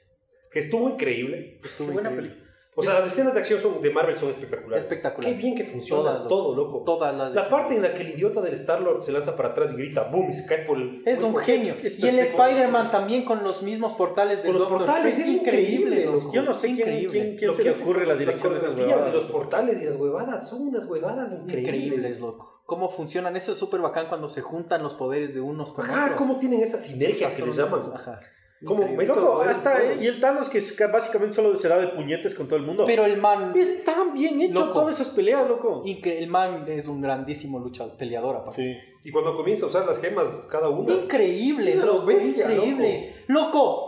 D: Que estuvo increíble.
A: Qué buena película.
D: O sea, las escenas de acción son- de Marvel son espectaculares.
A: Espectacular.
D: Qué bien que funciona
A: Todas,
D: todo, loco.
A: Todas las.
D: La parte en la que el idiota del Star-Lord se lanza para atrás y grita boom y se cae por el...
A: Es un
D: hueco.
A: genio.
B: es
A: Y el
B: perfecto.
A: Spider-Man también con los mismos portales de
D: Con los portales, es increíble,
A: loco.
D: loco.
B: Yo no sé quién-
A: Increíble.
B: quién- quién
D: Lo
B: se
D: que
B: le
D: hace
B: ocurre
D: con
B: la dirección de
D: las
B: esas
D: coreografías
B: huevadas.
D: de los portales y las huevadas son unas huevadas increíbles.
A: Increíbles, loco. cómo funcionan. Eso es súper bacán cuando se juntan los poderes de unos con
D: Ajá,
A: otros.
D: ¿cómo tienen esa sinergia que
A: Son-
D: les llaman?
A: Ajá.
D: ¿Cómo?
A: Increíble.
D: Estos
B: Loco,
D: poderes
B: hasta. eh,
D: todos.
B: Y el Thanos que es- que básicamente solo se da de puñetes con todo el mundo.
A: Pero el man,
B: es tan bien hecho
A: Loco.
B: todas esas peleas, loco.
A: incre- el man es un grandísimo luchador, peleador aparte.
B: Sí.
D: Y cuando comienza a usar las gemas cada una.
A: Increíble,
D: Es de lo
A: loco,
D: bestia,
A: increíble. Loco.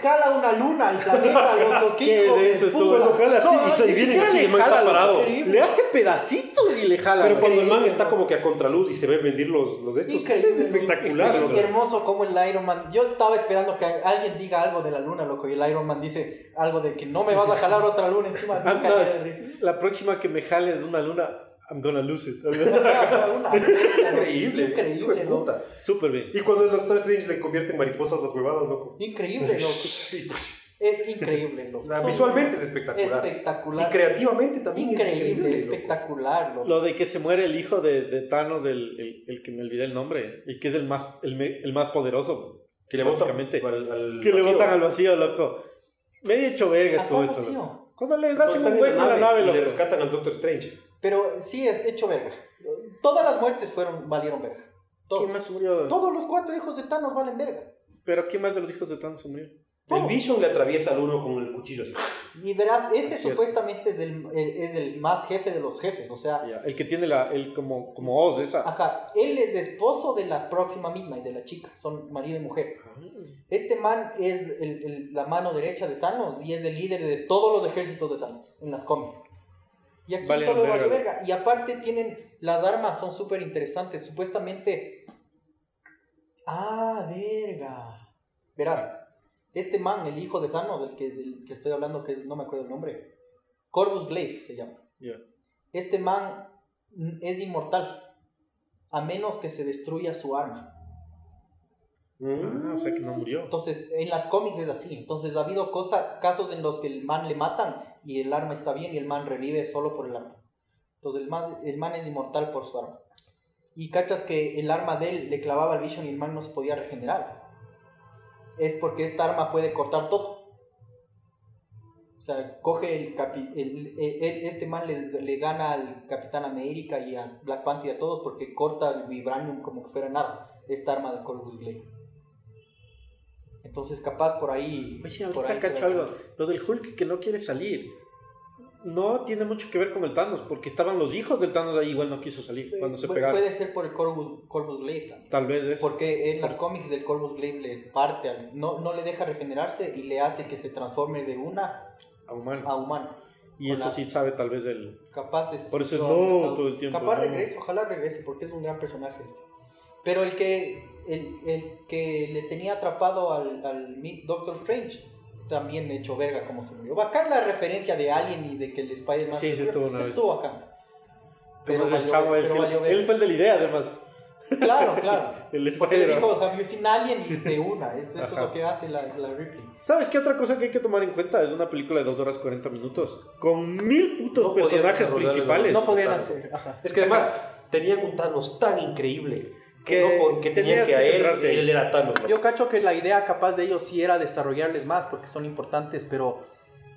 A: Jala una luna al
B: [laughs]
A: planeta, loco. Qué,
B: Qué
A: hijo de
B: denso estuvo
A: puta.
B: eso. Jala así
A: No,
B: y se
A: ni
B: divide
A: siquiera
B: así
A: le
B: el man está
A: jala, loco.
B: parado.
A: Increíble.
B: Le hace pedacitos y le jala.
D: Pero
B: loco.
D: cuando el man
A: Increíble,
D: está
A: ¿no?
D: como que a contraluz y se ve venir los, los de estos,
A: Increíble.
D: eso es espectacular.
A: Qué
D: loco.
A: hermoso como el Iron Man. Yo estaba esperando que alguien diga algo de la luna, loco. Y el Iron Man dice algo de que no me vas a jalar otra luna encima. de mi
B: Anda.
A: cabeza.
B: La próxima que me jales de una luna, I'm gonna lose it.
A: [laughs]
B: [laughs]
A: Una bestia, loco.
D: Increíble, hijo de
A: Increíble, loco.
D: puta.
B: Súper bien.
D: Y cuando el Doctor Strange le convierte en mariposas las huevadas, loco.
A: Increíble, loco.
D: [laughs] Sí, pues,
A: Es increíble, loco. Son-
D: Visualmente es espectacular.
A: espectacular.
D: Y creativamente también
A: Increíble,
D: es increíble. loco.
A: espectacular, loco.
B: Lo de que se muere el hijo de, de Thanos, el, el- el que me olvidé el nombre, el que es el más, el, me- el más poderoso.
D: Que le botan
B: Básicamente.
D: al, al
B: Que le
D: vacío.
B: botan al vacío, loco. Medio hecho verga
A: ¿A
B: estuvo
A: cuál
B: eso,
A: vacío?
B: loco. Cuando le
D: Cuando
B: hacen
D: están
B: un hueco en la nave,
D: y le
B: loco.
D: rescatan al Doctor Strange.
A: Pero sí es hecho verga. Todas las muertes fueron valieron verga. Todos,
B: ¿Quién más murió?
A: Todos los cuatro hijos de Thanos valen verga.
B: Pero ¿quién más de los hijos de Thanos murió?
D: El Vision le atraviesa al uno con el cuchillo así.
A: Y verás, ese
B: Es cierto.
A: supuestamente es el, el- es el más jefe de los jefes. O sea,
B: Ya, Ah, El que tiene la, el como, como Oz, esa.
A: ajá, él es esposo de la próxima Midnight, de la chica. Son marido y mujer. Este man es el- el- la mano derecha de Thanos y es el líder de todos los ejércitos de Thanos en las cómics. Y aquí
B: Vale,
A: solo
B: verga,
A: vale
B: loco.
A: verga. Y aparte tienen, las armas son súper interesantes. Supuestamente... Ah, verga. Verás, este man, el hijo de Thanos, del que, del que estoy hablando, que es- no me acuerdo el nombre. Corvus Glaive se llama.
B: Ya.
A: Este man mm, es inmortal. A menos que se destruya su arma.
D: Mm.
B: Ah, o sea que no murió.
A: Entonces, en las cómics es así. Entonces, ha habido cosa, casos en los que el man le matan y el arma está bien y el man revive solo por el arma. Entonces, el man, el man es inmortal por su arma. Y cachas que el arma de él le clavaba al Vision y el man no se podía regenerar. Es porque esta arma puede cortar todo. O sea, coge el, capi- el- el- el- este man le, le gana al Capitán América y a Black Panther y a todos porque corta el vibranium como que fuera nada. Esta arma de Corvus Glaive. Entonces, capaz por ahí.
B: Oye,
A: por
B: ahorita
A: ahí
B: cacho
A: puede-
B: algo. Lo del Hulk que no quiere salir. No tiene mucho que ver con el Thanos, porque estaban los hijos del Thanos ahí, igual no quiso salir cuando se
A: Pu-
B: pegaron.
A: Puede ser por el Corvus, Corvus Glaive también.
B: Tal vez es.
A: Porque en los cómics del Corvus Glaive le parte, al- no, no le deja regenerarse y le hace que se transforme de una
B: a humano.
A: a humano.
B: y eso
A: hola.
B: sí sabe tal vez el.
A: Capaz es.
B: Por eso es
A: son-
B: no
A: son-
B: todo el tiempo,
A: Capaz
B: no.
A: regrese, ojalá regrese, porque es un gran personaje. este. Pero el que, el, el que le tenía atrapado al, al Mi- Doctor Strange también hecho verga como se murió. Bacán la referencia de Alien y de que el Spider-Man.
B: Sí,
A: se
B: sí
A: murió.
B: estuvo una vez.
A: Estuvo bacán. Pero
B: Además, el
A: valió-
B: chavo, el
A: pero
B: que-
A: valió
B: él
A: verga.
B: fue el de la idea, además.
A: [laughs] Claro,
B: [laughs]
A: claro.
B: El
A: Porque le
B: spider
A: dijo, have you seen Alien? Y de una. Es, eso es
B: Ajá.
A: lo que hace la, la Ripley.
B: ¿Sabes qué otra cosa que hay que tomar en cuenta? Es una película de 2 horas 40 minutos. Con mil putos
D: No podía
B: personajes
D: desarrollar los-
B: principales.
A: No podían
D: claro.
A: hacer. ajá.
D: Es que además tenían un Thanos tan increíble que,
B: Que
D: no, que tenían
B: tenías
D: que a
B: que
D: él,
B: centrarte.
D: él era Thanos. loco.
A: Yo cacho que la idea capaz de ellos sí era desarrollarles más porque son importantes, pero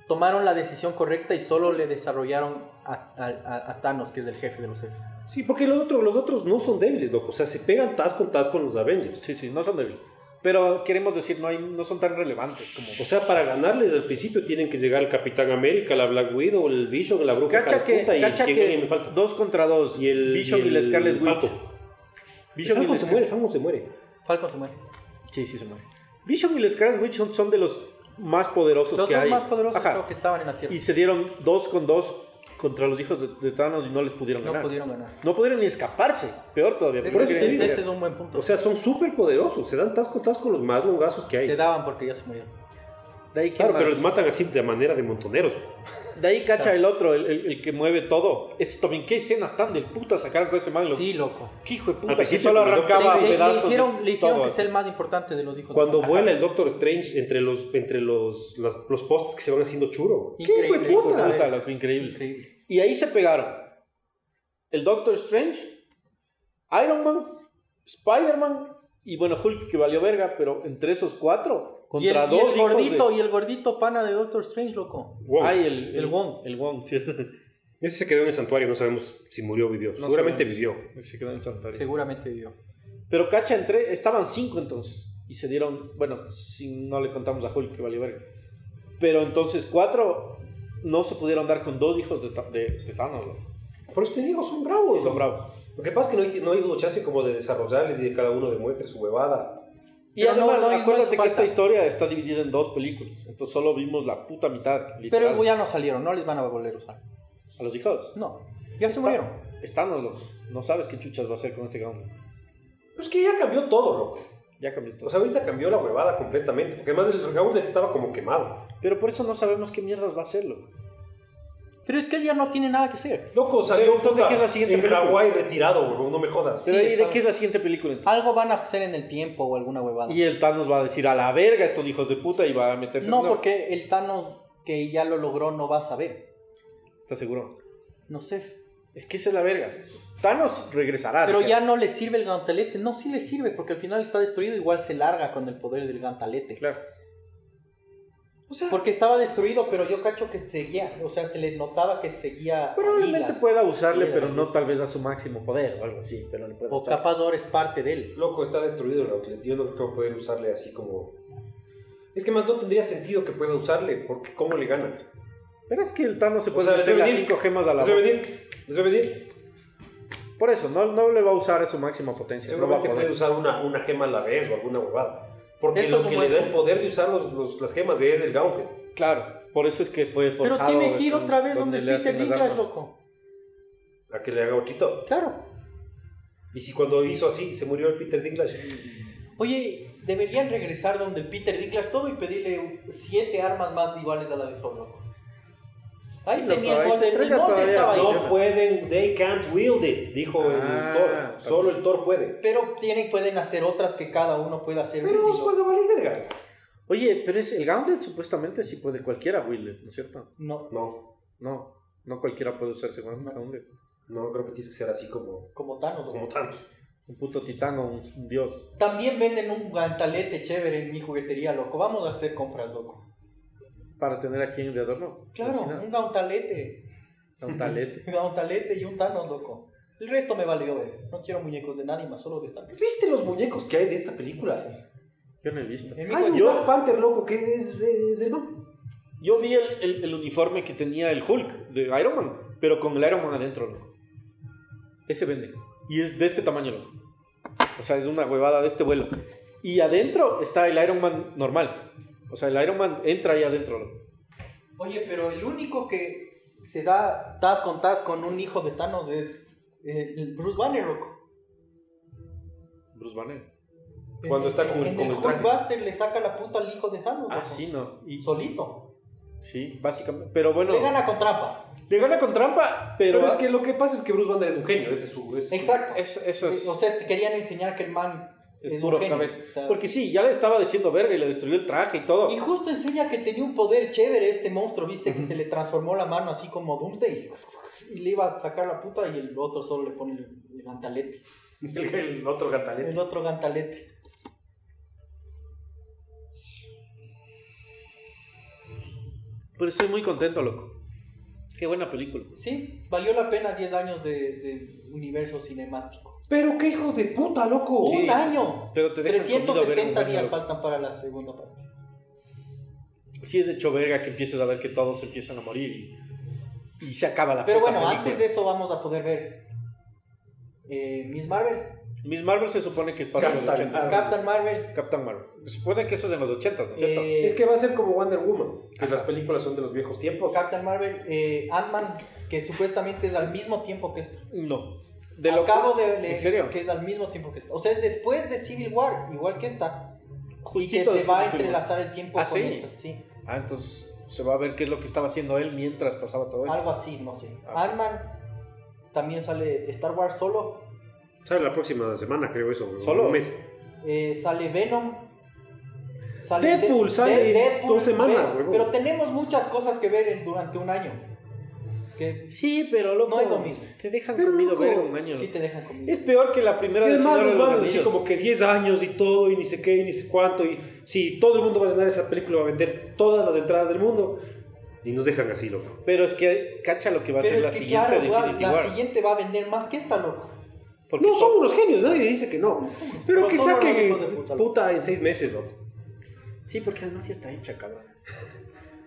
A: tomaron la decisión correcta y solo le desarrollaron a, a- a- a Thanos, que es el jefe de los jefes.
D: Sí, porque los otros, los otros no son débiles, loco. O sea, se pegan tas con tas con los Avengers.
B: Sí, sí, no son débiles. Pero queremos decir, no, hay, no son tan relevantes como.
D: O sea, para ganarles al principio tienen que llegar el Capitán América, la Black Widow, el Vision, la Bruja
B: Cacha que,
D: Caraputa y
B: cacha
D: ¿quién
B: que
D: alguien me falta?
B: dos contra dos.
D: Y el-
B: Vision
D: y
B: y, la
D: el
B: Scarlet Witch.
D: Falcon.
B: Vision
D: El
B: y la
D: Falcon se
B: Scar-
D: muere, el Falcon se muere.
A: Falcon se muere.
B: Sí, sí, se muere. Vision y la Scarlet Witch son, son de los más poderosos
A: Los
B: que
A: dos
B: hay.
A: más poderosos
B: Ajá.
A: creo que estaban en la Tierra.
B: Y se dieron dos con dos contra los hijos de, de Thanos y no les pudieron
A: no
B: ganar.
A: pudieron ganar.
B: No pudieron ni escaparse. Peor todavía.
A: Ese,
B: porque no
D: eso te
B: querían
D: digo,
B: ni
A: ese
B: pelear.
A: es un buen punto.
D: O sea, son súper poderosos. Se dan tas con tas con los más longazos que hay.
A: se daban porque ya se murieron.
B: de ahí, ¿quién
D: Claro,
B: más?
D: pero les matan así de manera de montoneros.
B: De ahí cacha el otro, el, el- el que mueve todo. Es también qué escenas tan del puta sacaron con ese man. loco.
A: Sí, loco.
B: Qué hijo de
D: Al
B: puta. Que
D: principio
B: solo
D: cuando-
B: arrancaba
A: Le- le, le
B: pedazos. de
A: hicieron, le hicieron
B: todo.
A: que sea el más importante de los hijos. de
D: Cuando
A: Thanos.
D: vuela el Doctor Strange entre los entre los, las- los postes que se van haciendo churo.
B: Qué hijo de
A: Increíble, eh.
B: puta.
A: increíble.
B: Puta, loco, increíble.
A: Increíble.
B: Y ahí se pegaron. El Doctor Strange, Iron Man, Spider-Man y bueno, Hulk que valió verga, pero entre esos cuatro,
A: Y el,
B: contra
A: y el
B: dos hijos de-
A: gordito, y el gordito pana de Doctor Strange, loco.
D: Wow.
B: Ay, el,
A: El Wong.
B: El Wong, sí.
D: Ese se quedó en el santuario, no sabemos si murió o vivió.
B: No
D: Seguramente
B: sabemos.
D: vivió.
B: [laughs] Se quedó en Santander.
A: Seguramente vivió.
B: Pero cacha entre. Estaban cinco entonces. Y se dieron. Bueno, si no le contamos a Hulk que valió verga. Pero entonces cuatro no se pudieron dar con dos hijos de, Ta- de, de Thanos. ¿no?
E: Por eso te digo, son bravos.
B: Sí, son
E: ¿no?
B: bravos.
E: Lo que pasa es que no hay, no hay mucho chance como de desarrollarles y de cada uno demuestre su huevada.
B: Y
A: Pero
B: además,
A: no- no- no hizo
B: acuérdate que
A: falta.
B: esta historia está dividida en dos películas. Entonces solo vimos la puta mitad.
A: Pero
B: Literal,
A: luego ya no salieron, no les van a volver a usar.
B: A los hijos.
A: No, ya se
B: Está-
A: murieron.
B: Thanos, loco. No sabes qué chuchas va a hacer con este cabrón.
E: Pero es que ya cambió todo, loco.
B: Ya cambió todo.
E: O sea, ahorita cambió la huevada completamente. Porque además el Gauntlet estaba como quemado.
B: Pero por eso no sabemos qué mierdas va a hacer, loco.
A: Pero es que él ya no tiene nada que hacer.
E: Loco, salió
B: entonces,
E: puta,
B: ¿qué es la siguiente
E: en
B: película?
E: Hawái retirado, huevón, no me jodas.
B: Pero
A: Sí,
B: ¿y de
A: está- Ah.
B: qué es la siguiente película entonces?
A: Algo van a hacer en el tiempo o alguna huevada.
B: Y el Thanos va a decir a la verga estos hijos de puta y va a meterse
A: No,
B: en una-
A: porque el Thanos que ya lo logró no va a saber.
B: ¿Estás seguro?
A: No sé.
B: Es que esa es la verga. Thanos regresará.
A: Pero ya
B: dijeron.
A: no le sirve el gantalete. No, sí le sirve, porque al final está destruido. Igual se larga con el poder del gantalete.
B: Claro.
E: O sea,
A: Porque estaba destruido, pero yo cacho que seguía. O sea, se le notaba que seguía.
B: Probablemente
A: ligas.
B: pueda usarle, pero
A: ligas.
B: no tal vez a su máximo poder o algo así. Pero le puede
A: O
B: usar.
A: capaz ahora es parte de él.
E: loco, está destruido el Gauntlet. Yo no creo poder usarle así como... Es que más no tendría sentido que pueda usarle, porque ¿cómo le ganan?
B: Pero es que el Thanos se
E: O
B: puede
E: sea, les
B: meter
E: debe
B: las
E: venir.
B: cinco gemas a la
E: Les voy a
B: boca.
E: venir, les voy a venir.
B: Por eso, no, no le va a usar a su máxima potencia. No va a
E: Seguramente puede
B: poder.
E: usar una, una gema a la vez o alguna huevada. Porque
A: Eso es
E: lo
A: un
E: que le
A: buen
E: da el
A: punto.
E: poder de usar los- los- las gemas es el Gauntlet.
B: Claro. Por eso es que fue
A: Pero
B: forjado.
A: tiene que ir
B: con-
A: otra vez donde,
B: le
A: Peter
B: hacen las
A: Dinklage,
B: armas.
A: loco.
E: A que le haga ochito.
A: Claro.
E: Y si cuando hizo así, se murió el Peter Dinklage.
A: Oye, deberían regresar donde el Peter Dinklage todo y pedirle siete armas más iguales a la de Thor, loco. Ahí
B: Sí,
A: tenía
B: loco, ahí
A: el
B: se
A: Golden
B: estrella
A: ¿Y dónde
B: todavía,
A: estaba ahí?
B: ¿no? Pues,
E: No pueden, they can't wield it, dijo
B: Ah,
E: el Thor. Solo el Thor puede.
A: Pero tienen, pueden hacer otras que cada uno pueda hacer.
E: Pero
A: digo,
E: os van a valer verga.
B: Oye, pero es el Gauntlet supuestamente sí puede cualquiera Willet, ¿no es cierto?
A: No,
E: No,
B: No, no cualquiera puede usarse un
A: No.
B: Gauntlet.
E: no, creo que tienes que ser así como,
A: como Thanos. loco.
E: como Thanos.
B: Un puto titán o un, un dios.
A: También venden un gantalete chévere en mi juguetería, loco. Vamos a hacer compras, loco.
B: Para tener aquí en el de adorno.
A: Claro,
B: Así, ¿no?
A: un gantalete.
B: Un talete.
A: [laughs] Un gantalete y un Thanos, loco. El resto me valió ver. No quiero muñecos de nadie más, solo de Thanos.
E: ¿Viste los muñecos que hay de esta película?
B: Yo no he visto.
A: En mi
E: Hay un
A: juguetería-
E: Black Panther loco que es, es el man.
B: Yo vi el, el- el uniforme que tenía el Hulk de Iron Man, pero con el Iron Man adentro, loco. Ese vende. Y es de este tamaño, loco. O sea, es una huevada de este vuelo. Y adentro está el Iron Man normal. O sea, el Iron Man entra ahí adentro, loco.
A: Oye, pero el único que se da tas con tas con un hijo de Thanos es eh, el Bruce Banner, loco.
B: Bruce Banner.
E: Cuando
A: En-
E: está con el-
A: en
E: con el traje.
A: Hulkbuster le saca la puta al hijo de Thanos.
B: Ah,
A: loco.
B: sí, no. Y,
A: Solito.
B: sí, básicamente. Pero bueno.
A: Le gana con trampa.
B: Le gana con trampa, pero,
E: Pero, es que lo que pasa es que Bruce Banner es un genio. Ese es su. ese es su-
A: Exacto. Eh,
B: es- eso es,
A: O sea, te querían enseñar que el man
B: es
A: es,
B: puro
A: un genio.
B: cabeza.
A: O sea,
B: Porque sí, ya le estaba diciendo verga y le destruyó el traje y todo.
A: Y justo enseña que tenía un poder chévere este monstruo, viste, que se le transformó la mano así como Doomsday y le iba a sacar la puta y el otro solo le pone el, el gantalete.
E: el, [laughs] el otro gatalete.
A: El otro gantalete.
B: Pero estoy muy contento, loco. Qué buena película.
A: Sí, valió la pena 10 años de, de universo cinemático.
E: Pero qué hijos de puta, loco.
B: Sí.
A: ¡Un año!
B: Pero te dejan comido
A: 370
B: verga,
A: días
B: loco.
A: faltan para la segunda parte.
B: Sí es hecho verga que empiezas a ver que todos empiezan a morir y, y se acaba la
A: Pero
B: puta
A: bueno,
B: película.
A: antes de eso vamos a poder ver eh, Miss Marvel,
B: Miss Marvel se supone que pasa en los
E: Captain
B: 80.
E: Marvel.
A: Captain Marvel.
B: Captain Marvel. Se supone que eso es en los 80, ¿no es cierto?
A: eh,
E: Es que va a ser como Wonder Woman, que las películas son de los viejos tiempos.
A: Captain Marvel, eh, Ant-Man, que supuestamente es al mismo tiempo que esta.
B: No. De lo
A: Acabo de leer
B: ¿En serio?
A: que es al mismo tiempo que esta. O sea, es después de Civil War, igual que esta.
B: Justito
A: y que se
B: después
A: va a
B: de Civil War.
A: entrelazar el tiempo
B: ¿Ah,
A: con
B: sí?
A: esta. Sí.
B: Ah, entonces se va a ver qué es lo que estaba haciendo él mientras pasaba todo esto.
A: Algo así, no sé.
B: Pues- Ah.
A: Ant-Man también sale Star Wars solo.
D: Sale la próxima semana, creo eso. o
B: Solo.
D: Un mes.
A: eh, sale Venom. Sale
D: Deadpool
A: De-
D: sale
A: De-
D: dos semanas,
A: pero,
D: huevón.
A: pero tenemos muchas cosas que ver en- durante un año. Que
B: Sí, pero loco.
A: No es lo mismo.
B: Te dejan
D: Pero,
B: comido
D: loco,
B: verga un año.
A: sí te dejan conmigo.
B: Es peor que la
D: Y
B: primera del
D: además
B: Señor de
D: nos
B: los
D: van a decir
B: Anillos.
D: como que 10 años y todo, y ni sé qué, y ni sé cuánto. Y si todo el mundo va a cenar esa película, va a vender todas las entradas del mundo. Y nos dejan así, loco.
B: Pero es que cacha lo que va a ser
A: Pero
B: la
A: es que
B: siguiente
A: claro,
B: Definitive
A: weón, la
B: War.
A: siguiente va a vender más que esta, loco.
B: Porque
D: No, son unos genios, nadie dice que no. Pero
A: Son
D: que
A: todos
D: saquen
A: los hijos de puta,
D: en-
A: loco.
D: puta en seis meses, loco.
B: Sí, porque además ya está hecha, cabrón.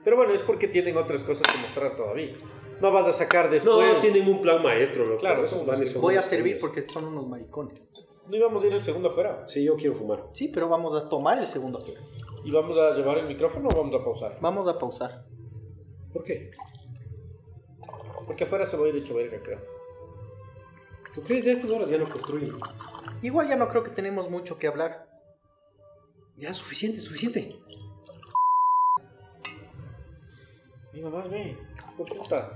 B: Pero bueno, es porque tienen otras cosas que mostrar todavía. No vas a sacar
D: No,
B: después. No,
D: tienen un plan maestro, loco.
B: Claro,
D: Esos
B: son-
D: manes son
A: Voy a
D: unos
A: servir
D: genios.
A: porque son unos maricones.
B: íbamos a ir el segundo afuera.
D: Sí, yo quiero fumar.
A: Sí, pero vamos a tomar el segundo.
B: ¿Y vamos a llevar el micrófono o vamos a pausar?
A: Vamos a pausar.
B: ¿Por qué? Porque afuera se va a ir hecho verga, creo.
D: ¿Tú crees que a estas horas ya no construyen?
A: Igual ya no creo que tenemos mucho que hablar.
D: Ya, suficiente, suficiente.
B: Mi mamá ve. Por Pues, puta.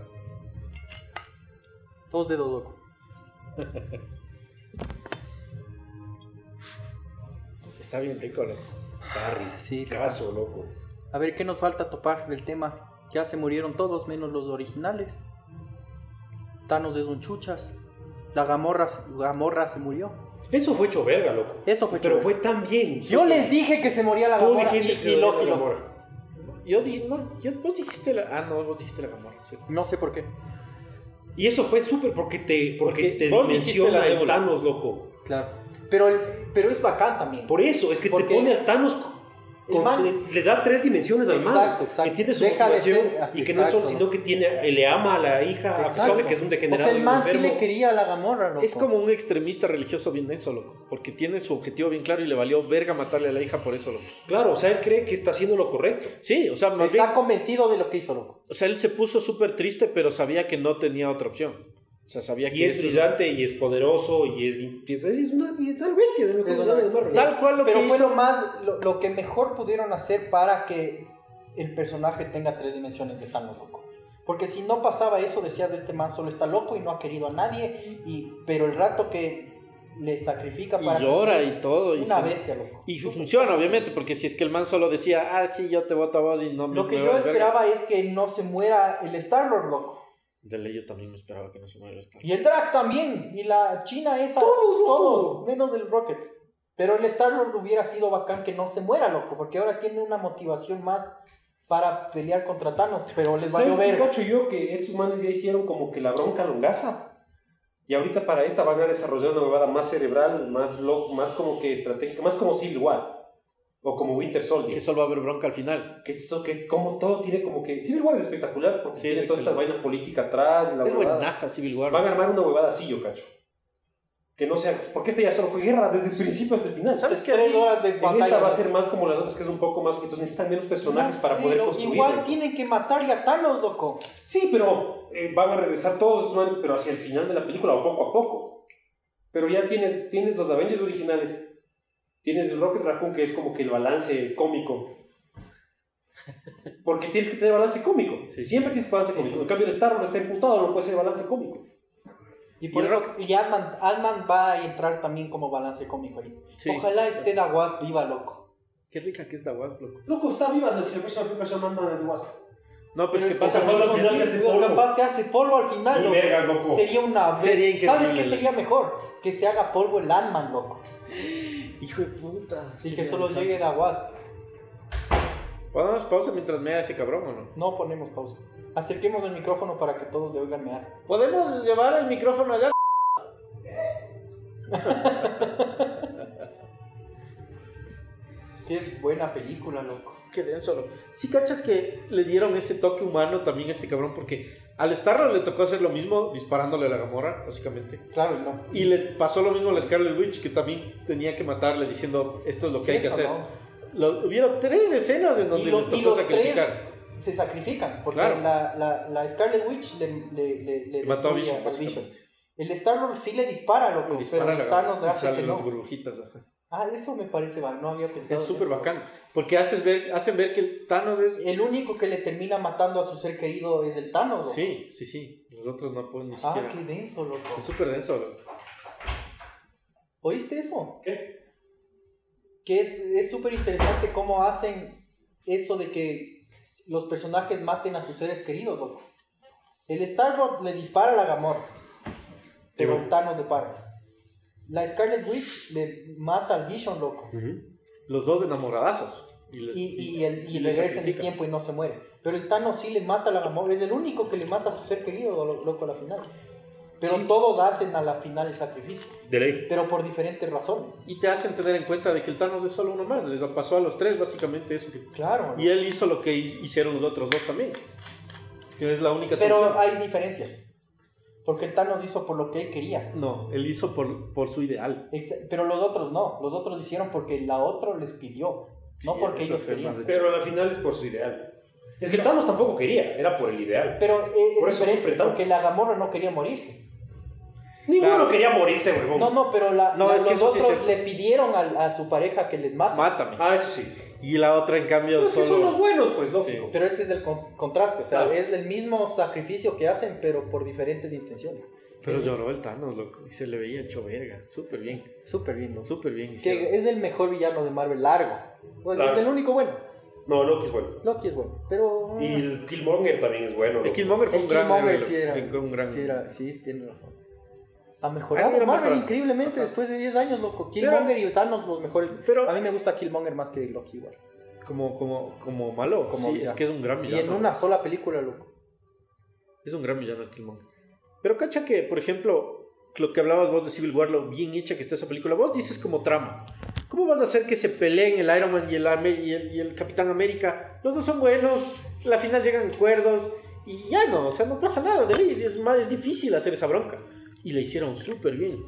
A: Dos dedos, loco.
B: Está bien rico, loco.
D: Barry,
A: Sí,
D: caso, loco.
A: A ver, ¿qué nos falta topar del tema? Ya se murieron todos, menos los originales. Thanos es un chuchas. La gamorra, gamorra se murió.
D: Eso fue hecho verga, loco.
A: Eso fue
D: Pero
A: chulo.
D: fue tan bien.
A: Yo les dije que se moría la
D: Tú
A: gamorra
D: dijiste
A: y-
D: que
A: y
D: se
A: Loki
D: la
A: lo-
D: Gamora.
B: Yo di, no, yo, vos dijiste la. Ah, no, vos dijiste la Gamorra, ¿cierto?
A: No sé por qué.
D: Y eso fue súper porque te, porque
B: Porque
D: te
B: vos dijiste
D: dimensiona
B: la
D: el
B: ébola.
D: Thanos, loco.
A: Claro. Pero, el- pero es bacán también.
D: Por eso, es que te
A: Porque
D: pone al Thanos. con-
A: el
D: con-
A: man-
D: le, le da tres dimensiones al man.
A: Exacto, exacto.
D: Entiende su
A: Deja de
D: motivación
A: ser- ah,
D: y que no es solo,
A: exacto.
D: sino que tiene, le ama a la hija, a pesar de que es un degenerado.
A: O sea, el
D: y un
A: man sí
D: enfermo.
A: le quería a la gamorra, loco.
B: Es como un extremista religioso bien eso, loco. Porque tiene su objetivo bien claro y le valió verga matarle a la hija por eso, loco.
D: Claro, o sea, él cree que está haciendo lo correcto.
B: Sí, o sea, más bien-
A: Está convencido de lo que hizo, loco.
B: O sea, él se puso súper triste, pero sabía que no tenía otra opción. O sea, sabía que
D: Y es
B: eso-
D: brillante, y es poderoso, y es. y es, es una es tal bestia de lo que
A: Es
D: se
A: una
D: llama de
A: bestia.
D: Marvel.
B: Tal cual lo
A: Pero
B: que
A: fue
B: hizo.
A: lo más, lo, lo que mejor pudieron hacer para que el personaje tenga tres dimensiones de Thanos loco. Porque si no pasaba eso, decías, este man solo está loco y no ha querido a nadie, y, pero el rato que le sacrifica para...
B: Y llora y todo. Y,
A: Una
B: se-
A: bestia, loco.
B: y funciona, obviamente, porque si es que el man solo decía, ah, sí, yo te voto a vos y no me
A: Lo que
B: me
A: yo
B: vales verga".
A: esperaba es que no se muera el Star-Lord, loco.
B: De ley yo también me esperaba que no se muera el Star.
A: Y el Drax también, y la China esa,
D: Todos, loco.
A: todos, menos el Rocket. Pero el Star-Lord hubiera sido bacán que no se muera, loco, porque ahora tiene una motivación más para pelear contra Thanos, pero les valió
D: ¿Sabes qué
A: ver.
D: cacho yo? Que estos manes ya hicieron como que la bronca longaza. Y ahorita para esta van a desarrollar una huevada más cerebral, más, lo, más como que estratégica, más como Civil War. O como Winter Soldier.
B: Que solo va a haber bronca al final.
D: Que eso, que como todo tiene como que... Civil War es espectacular porque
B: Sí,
D: tiene
B: es
D: toda esta
B: excelente.
D: vaina política atrás. y La
B: Es
D: huevada.
B: buenaza Civil War.
D: Van a armar una huevada así, yo cacho. Que no sea... Porque esta ya solo fue guerra desde el principio hasta el final.
B: ¿Sabes qué?
A: Tres horas de
D: En esta
A: batalla.
D: va a ser más como las otras, que es un poco más... que Entonces necesitan menos personajes
A: No
D: para
A: sé,
D: poder
A: loco,
D: construir.
A: Igual tienen que matarle a Thanos, loco.
D: Sí, pero eh, van a regresar todos estos manes, pero hacia el final de la película, o poco a poco. Pero ya tienes, tienes los Avengers originales. Tienes el Rocket Raccoon, que es como que el balance cómico. Porque tienes que tener balance cómico.
B: Sí, sí,
D: Siempre tienes balance
A: Sí,
D: cómico.
A: sí.
D: En cambio, el Star Wars está imputado, no puede ser balance cómico.
A: Y por
B: Y el
A: eso- y Ant-Man Ant-Man va a entrar también como balance cómico ahí.
B: Sí.
A: Ojalá esté Da Wasp viva, loco.
B: Qué rica que es esta Wasp, loco.
D: Loco, está viva desde la próxima película se llama Ant-Man and the Wasp.
B: No, pero es que
A: Pero
B: pasa
A: es
D: capaz
B: mucho
D: al final
B: tiempo.
D: se hace polvo.
A: Capaz se hace polvo al final,
D: Ni
A: loco.
D: vergas, loco.
A: Sería una...
B: Sería increíble,
A: ¿Sabes qué
B: loco.
A: sería mejor? Que se haga polvo el Ant-Man, loco.
B: Hijo de puta.
A: Y que solo llegue Da Wasp.
B: Ponemos pausa mientras me hace ese cabrón o no.
A: No ponemos pausa. Acerquemos el micrófono para que todos le oigan mear.
B: ¿Podemos llevar el micrófono allá?
A: Qué buena película, loco.
B: que le den solo. Sí, cachas que le dieron ese toque humano también a este cabrón, porque al Starro le tocó hacer lo mismo disparándole a la Gamora, básicamente.
A: Claro, no.
B: Y le pasó lo mismo a la Scarlet Witch, que también tenía que matarle diciendo esto es lo que hay que hacer.
A: Cierto, ¿no?
B: Lo- hubieron tres escenas en donde
A: Y los-
B: les
A: y
B: tocó
A: los
B: sacrificar.
A: se sacrifican. Porque
B: Claro.
A: la, la, la Scarlet Witch le, le, le, le
B: Mató a
A: destruye
B: Vision,
A: al
B: básicamente.
A: El Star-Lord sí le dispara, loco,
B: Le dispara a la
A: pero Thanos le
B: Gamora y
A: hace que
B: salen las
A: no.
B: burbujitas. ajá.
A: Ah, eso me parece bacán, no había pensado
B: Es
A: en
B: súper
A: eso.
B: bacán, porque haces ver, hacen ver que el Thanos es...
A: El único que le termina matando a su ser querido es el Thanos, loco.
B: Sí, sí, sí. Los otros no pueden ni
A: Ah,
B: siquiera.
A: qué denso, loco.
B: Es súper denso. loco.
A: ¿Oíste eso?
D: ¿Qué?
A: Que es es súper interesante cómo hacen eso de que los personajes maten a sus seres queridos, loco. El Star-Lord le dispara a la Gamora, pero
B: bueno.
A: el Thanos le para. La Scarlet Witch le mata al Vision, loco.
B: Los dos enamoradazos.
F: Y los-
A: y, y el, y
F: y lo
A: regresa en el
F: sacrifica.
A: tiempo y no se muere. Pero el Thanos sí le mata a la Gamora, es el único que le mata a su ser querido, lo- loco, a la final. Pero todos hacen a la final el sacrificio,
G: De ley.
A: pero por diferentes razones.
B: Y te hacen tener en cuenta de que el Thanos es solo uno más. Les pasó a los tres básicamente eso. que-
A: Claro.
B: Y él hizo lo que hi- hicieron los otros dos también. Que es la única solución.
A: Pero hay diferencias. Porque el Thanos hizo por lo que él quería.
B: No, él hizo por, por su ideal.
A: Ex- Pero los otros no. Los otros lo hicieron porque la otra les pidió. No
B: Sí,
A: porque
B: eso
A: ellos
B: fue
A: querían.
B: más de-
D: Pero a la final es por su ideal. Es que el Thanos tampoco quería, era por el ideal.
A: Pero eh, es
D: Por eso
A: diferente
D: sufre tanto.
A: porque la Gamora no quería morirse.
D: Ninguno
B: Claro.
D: quería morirse, huevón.
A: No, no, pero la,
B: No,
A: la-
B: es que
A: los
B: eso sí es
A: otros
B: cierto.
A: le pidieron al- a, su pareja que les mate.
B: Mátame.
D: Ah, eso sí.
B: Y la otra, en cambio,
D: Pero es que
B: solo.
D: son los buenos, pues, lógico.
A: Pero ese es el con- contraste, o sea,
D: Claro.
A: es el mismo sacrificio que hacen, pero por diferentes intenciones.
B: Pero lloró el Thanos, loco. Y se le veía hecho verga. Súper bien.
A: Súper bien, ¿no?
B: Súper bien. hicieron.
A: Que es el mejor villano de Marvel largo. Bueno,
D: Claro.
A: Es el único bueno.
D: No, Loki es bueno.
A: Loki es bueno, pero...
D: Y el Killmonger también es bueno.
B: El
D: loco.
B: Killmonger fue
A: El
B: un gran
A: Killmonger
B: héroe,
A: sí era-
B: loco. Fue un gran-
A: Sí, era- sí, tiene razón. Ha
B: Ah,
A: mejorado
B: mira,
A: Marvel
B: mejorado.
A: increíblemente
B: Ajá.
A: después de 10 años, loco.
B: Pero-
A: Killmonger y Thanos los mejores.
B: Pero
A: A mí me gusta Killmonger más que Loki igual.
B: como, como, como malo,
A: Como
B: sí,
A: villano.
B: es que es un gran
A: Y
B: villano.
A: en una sola película, loco.
B: Es un gran villano el Killmonger. Pero cacha que, por ejemplo, lo que hablabas vos de Civil War, lo bien hecha que está esa película, vos dices como trama. ¿Cómo vas a hacer que se peleen el Iron Man y el, Ame- y el, y el Capitán América? Los dos son buenos, la final llegan acuerdos y ya no, o sea, no pasa nada de ley. Es más, es difícil hacer esa bronca. Y la hicieron súper bien.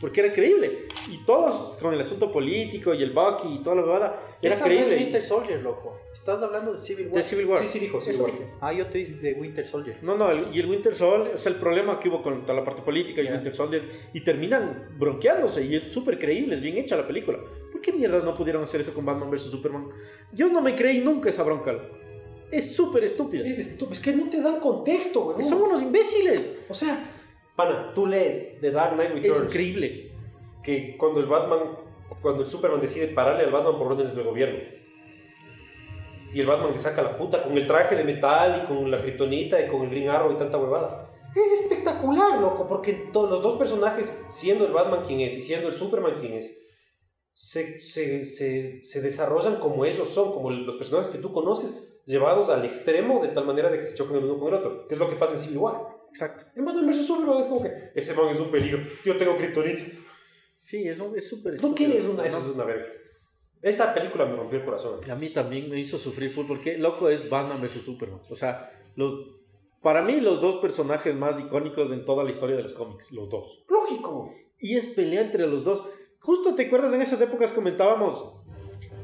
B: Porque era creíble. Y todos, con el asunto político y el Bucky y toda la bobada, era
A: Esa no es
B: creíble.
A: Winter Soldier, loco. Estás hablando de Civil War.
B: De Civil War.
D: Sí, sí, dijo, sí,
A: Eso
D: igual.
A: dije. Ah, yo te dije de Winter Soldier.
B: No, no, el- y el Winter Soldier, o sea, el problema que hubo con toda la parte política y el
A: Ya.
B: Winter Soldier, y terminan bronqueándose, y es súper creíble, es bien hecha la película. ¿Por qué mierdas no pudieron hacer eso con Batman vs Superman? Yo no me creí nunca esa bronca. loco. Es súper estúpida.
D: Es, estu- es pues, que no te dan contexto, huevón.
B: Son unos imbéciles.
D: O sea, pana, tú lees The Dark Knight
B: Es
D: Returns
B: increíble.
D: que cuando el Batman, cuando el Superman decide pararle al Batman por órdenes del gobierno. Y el Batman le saca la puta con el traje de metal y con la kriptonita y con el Green Arrow y tanta huevada. Es espectacular, loco, porque to- los dos personajes, siendo el Batman quien es y siendo el Superman quien es, se, se- se- se desarrollan como ellos son, como los personajes que tú conoces, llevados al extremo de tal manera de que se chocan el uno con el otro, que es lo que pasa en Civil War.
B: Exacto.
D: En Batman vs. Superman es como que ese man es un peligro, yo tengo kriptonita.
B: Sí, es un- es súper
D: No
B: estúpido.
D: quieres una,
B: No,
D: eso es una verga. Esa película me rompió el corazón.
B: A mí también me hizo sufrir full porque loco es Batman vs Superman. O sea, los para mí los dos personajes más icónicos en toda la historia de los cómics, los dos.
D: Lógico.
B: y es pelea entre los dos. Justo te acuerdas en esas épocas comentábamos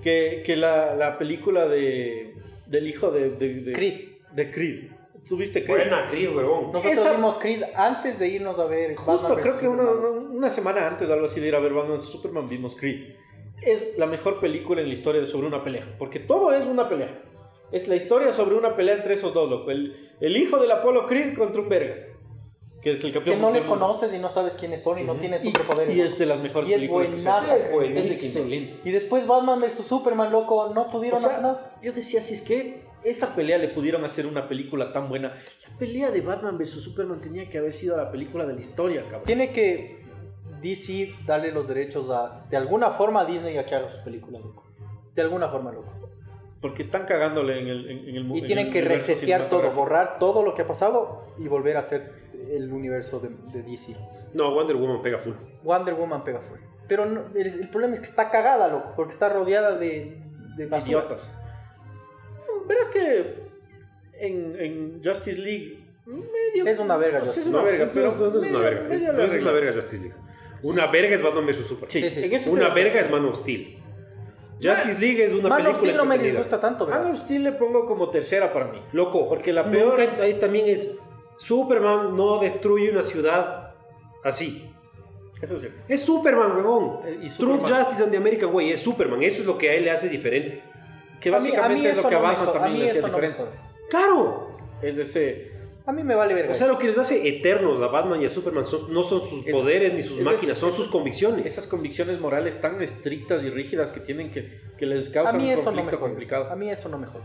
B: que, que la, la película de del hijo de, de, de-
A: Creed.
B: de Creed. ¿Tuviste Creed?
D: Buena, Chris, huevón.
A: Nosotros
B: Esa-
A: vimos Creed antes de irnos a ver.
B: Justo,
A: Batman
B: creo
A: versus
B: que una,
A: Superman.
B: una- una semana antes, algo así de ir a ver Batman vs Superman, vimos Creed. Es la mejor película en la historia de- sobre una pelea, porque todo es una pelea. Es la historia sobre una pelea entre esos dos, loco. El, el hijo del Apolo Creed contra un verga, que es el campeón
A: Que no les
B: mundial.
A: conoces y no sabes quiénes son y no
D: Ujú.
A: tienes
B: Y,
A: superpoderes.
B: y es de las mejores
A: Y es
B: películas que se ha hecho.
A: buenaza.
D: Es
B: Es
D: buenísimo.
B: excelente.
A: Y después Batman vs Superman, loco, no pudieron
B: O sea,
A: hacer nada.
B: Yo decía, si es que esa pelea le pudieron hacer una película tan buena. La pelea de Batman vs Superman tenía que haber sido la película de la historia, cabrón.
A: Tiene que DC darle los derechos a, de alguna forma a Disney a que haga sus películas, loco. De alguna forma, loco.
B: Porque están cagándole en el, en, en el mu-
A: Y
B: en
A: tienen
B: el
A: que
B: universo
A: resetear todo,
B: cinematográfico.
A: borrar todo lo que ha pasado y volver a hacer el universo de, de DC.
D: No, Wonder Woman pues, pega full.
A: Wonder Woman pega full. Pero no- el, el problema es que está cagada, loco, porque está rodeada de, de basura.
B: Idiotas. Verás que en, en Justice League. Medio,
A: Es una verga,
B: No sé, es
A: Justice
B: una verga, pero.
D: no, no es una
B: medio-
D: verga.
B: medio la
D: no es una
B: arregla.
D: verga Justice League. Una verga es Batman vs Superman.
B: Sí,
A: Sí, sí,
B: en
A: sí.
B: eso
D: Una
B: estoy-
D: verga es Man of Steel. Justice League es una
A: Man
D: película
A: of Steel no me
D: entretenida.
A: disgusta tanto,
B: Man
A: ¿verdad?
B: of Steel le pongo como tercera para mí.
D: Loco,
B: Porque la peor-
D: nunca- ahí también es Superman no destruye una ciudad así.
B: Eso es cierto.
D: Es Superman, huevón.
B: Eh, y
D: True
B: Superman.
D: Justice and the American Way es Superman. Eso es lo que a él le hace diferente.
B: Que
A: A mí- a
B: básicamente
A: mí
B: es lo
A: eso
B: que a
A: no me
B: Batman
A: jode, a
B: también
A: mí
B: le hacía
A: eso no me
B: diferente.
A: jode.
D: Claro.
B: es ese.
A: A mí me vale verga.
D: O sea, lo que les hace eternos a Batman y a Superman son- no son sus
B: Es-
D: poderes ni sus
B: es-
D: máquinas, son
B: es-
D: sus convicciones.
B: esas convicciones morales tan estrictas y rígidas que tienen que, que les
A: a
B: causan
A: mí
B: un
A: eso no me
B: conflicto
A: jode.
B: complicado.
A: A mí eso no me jode.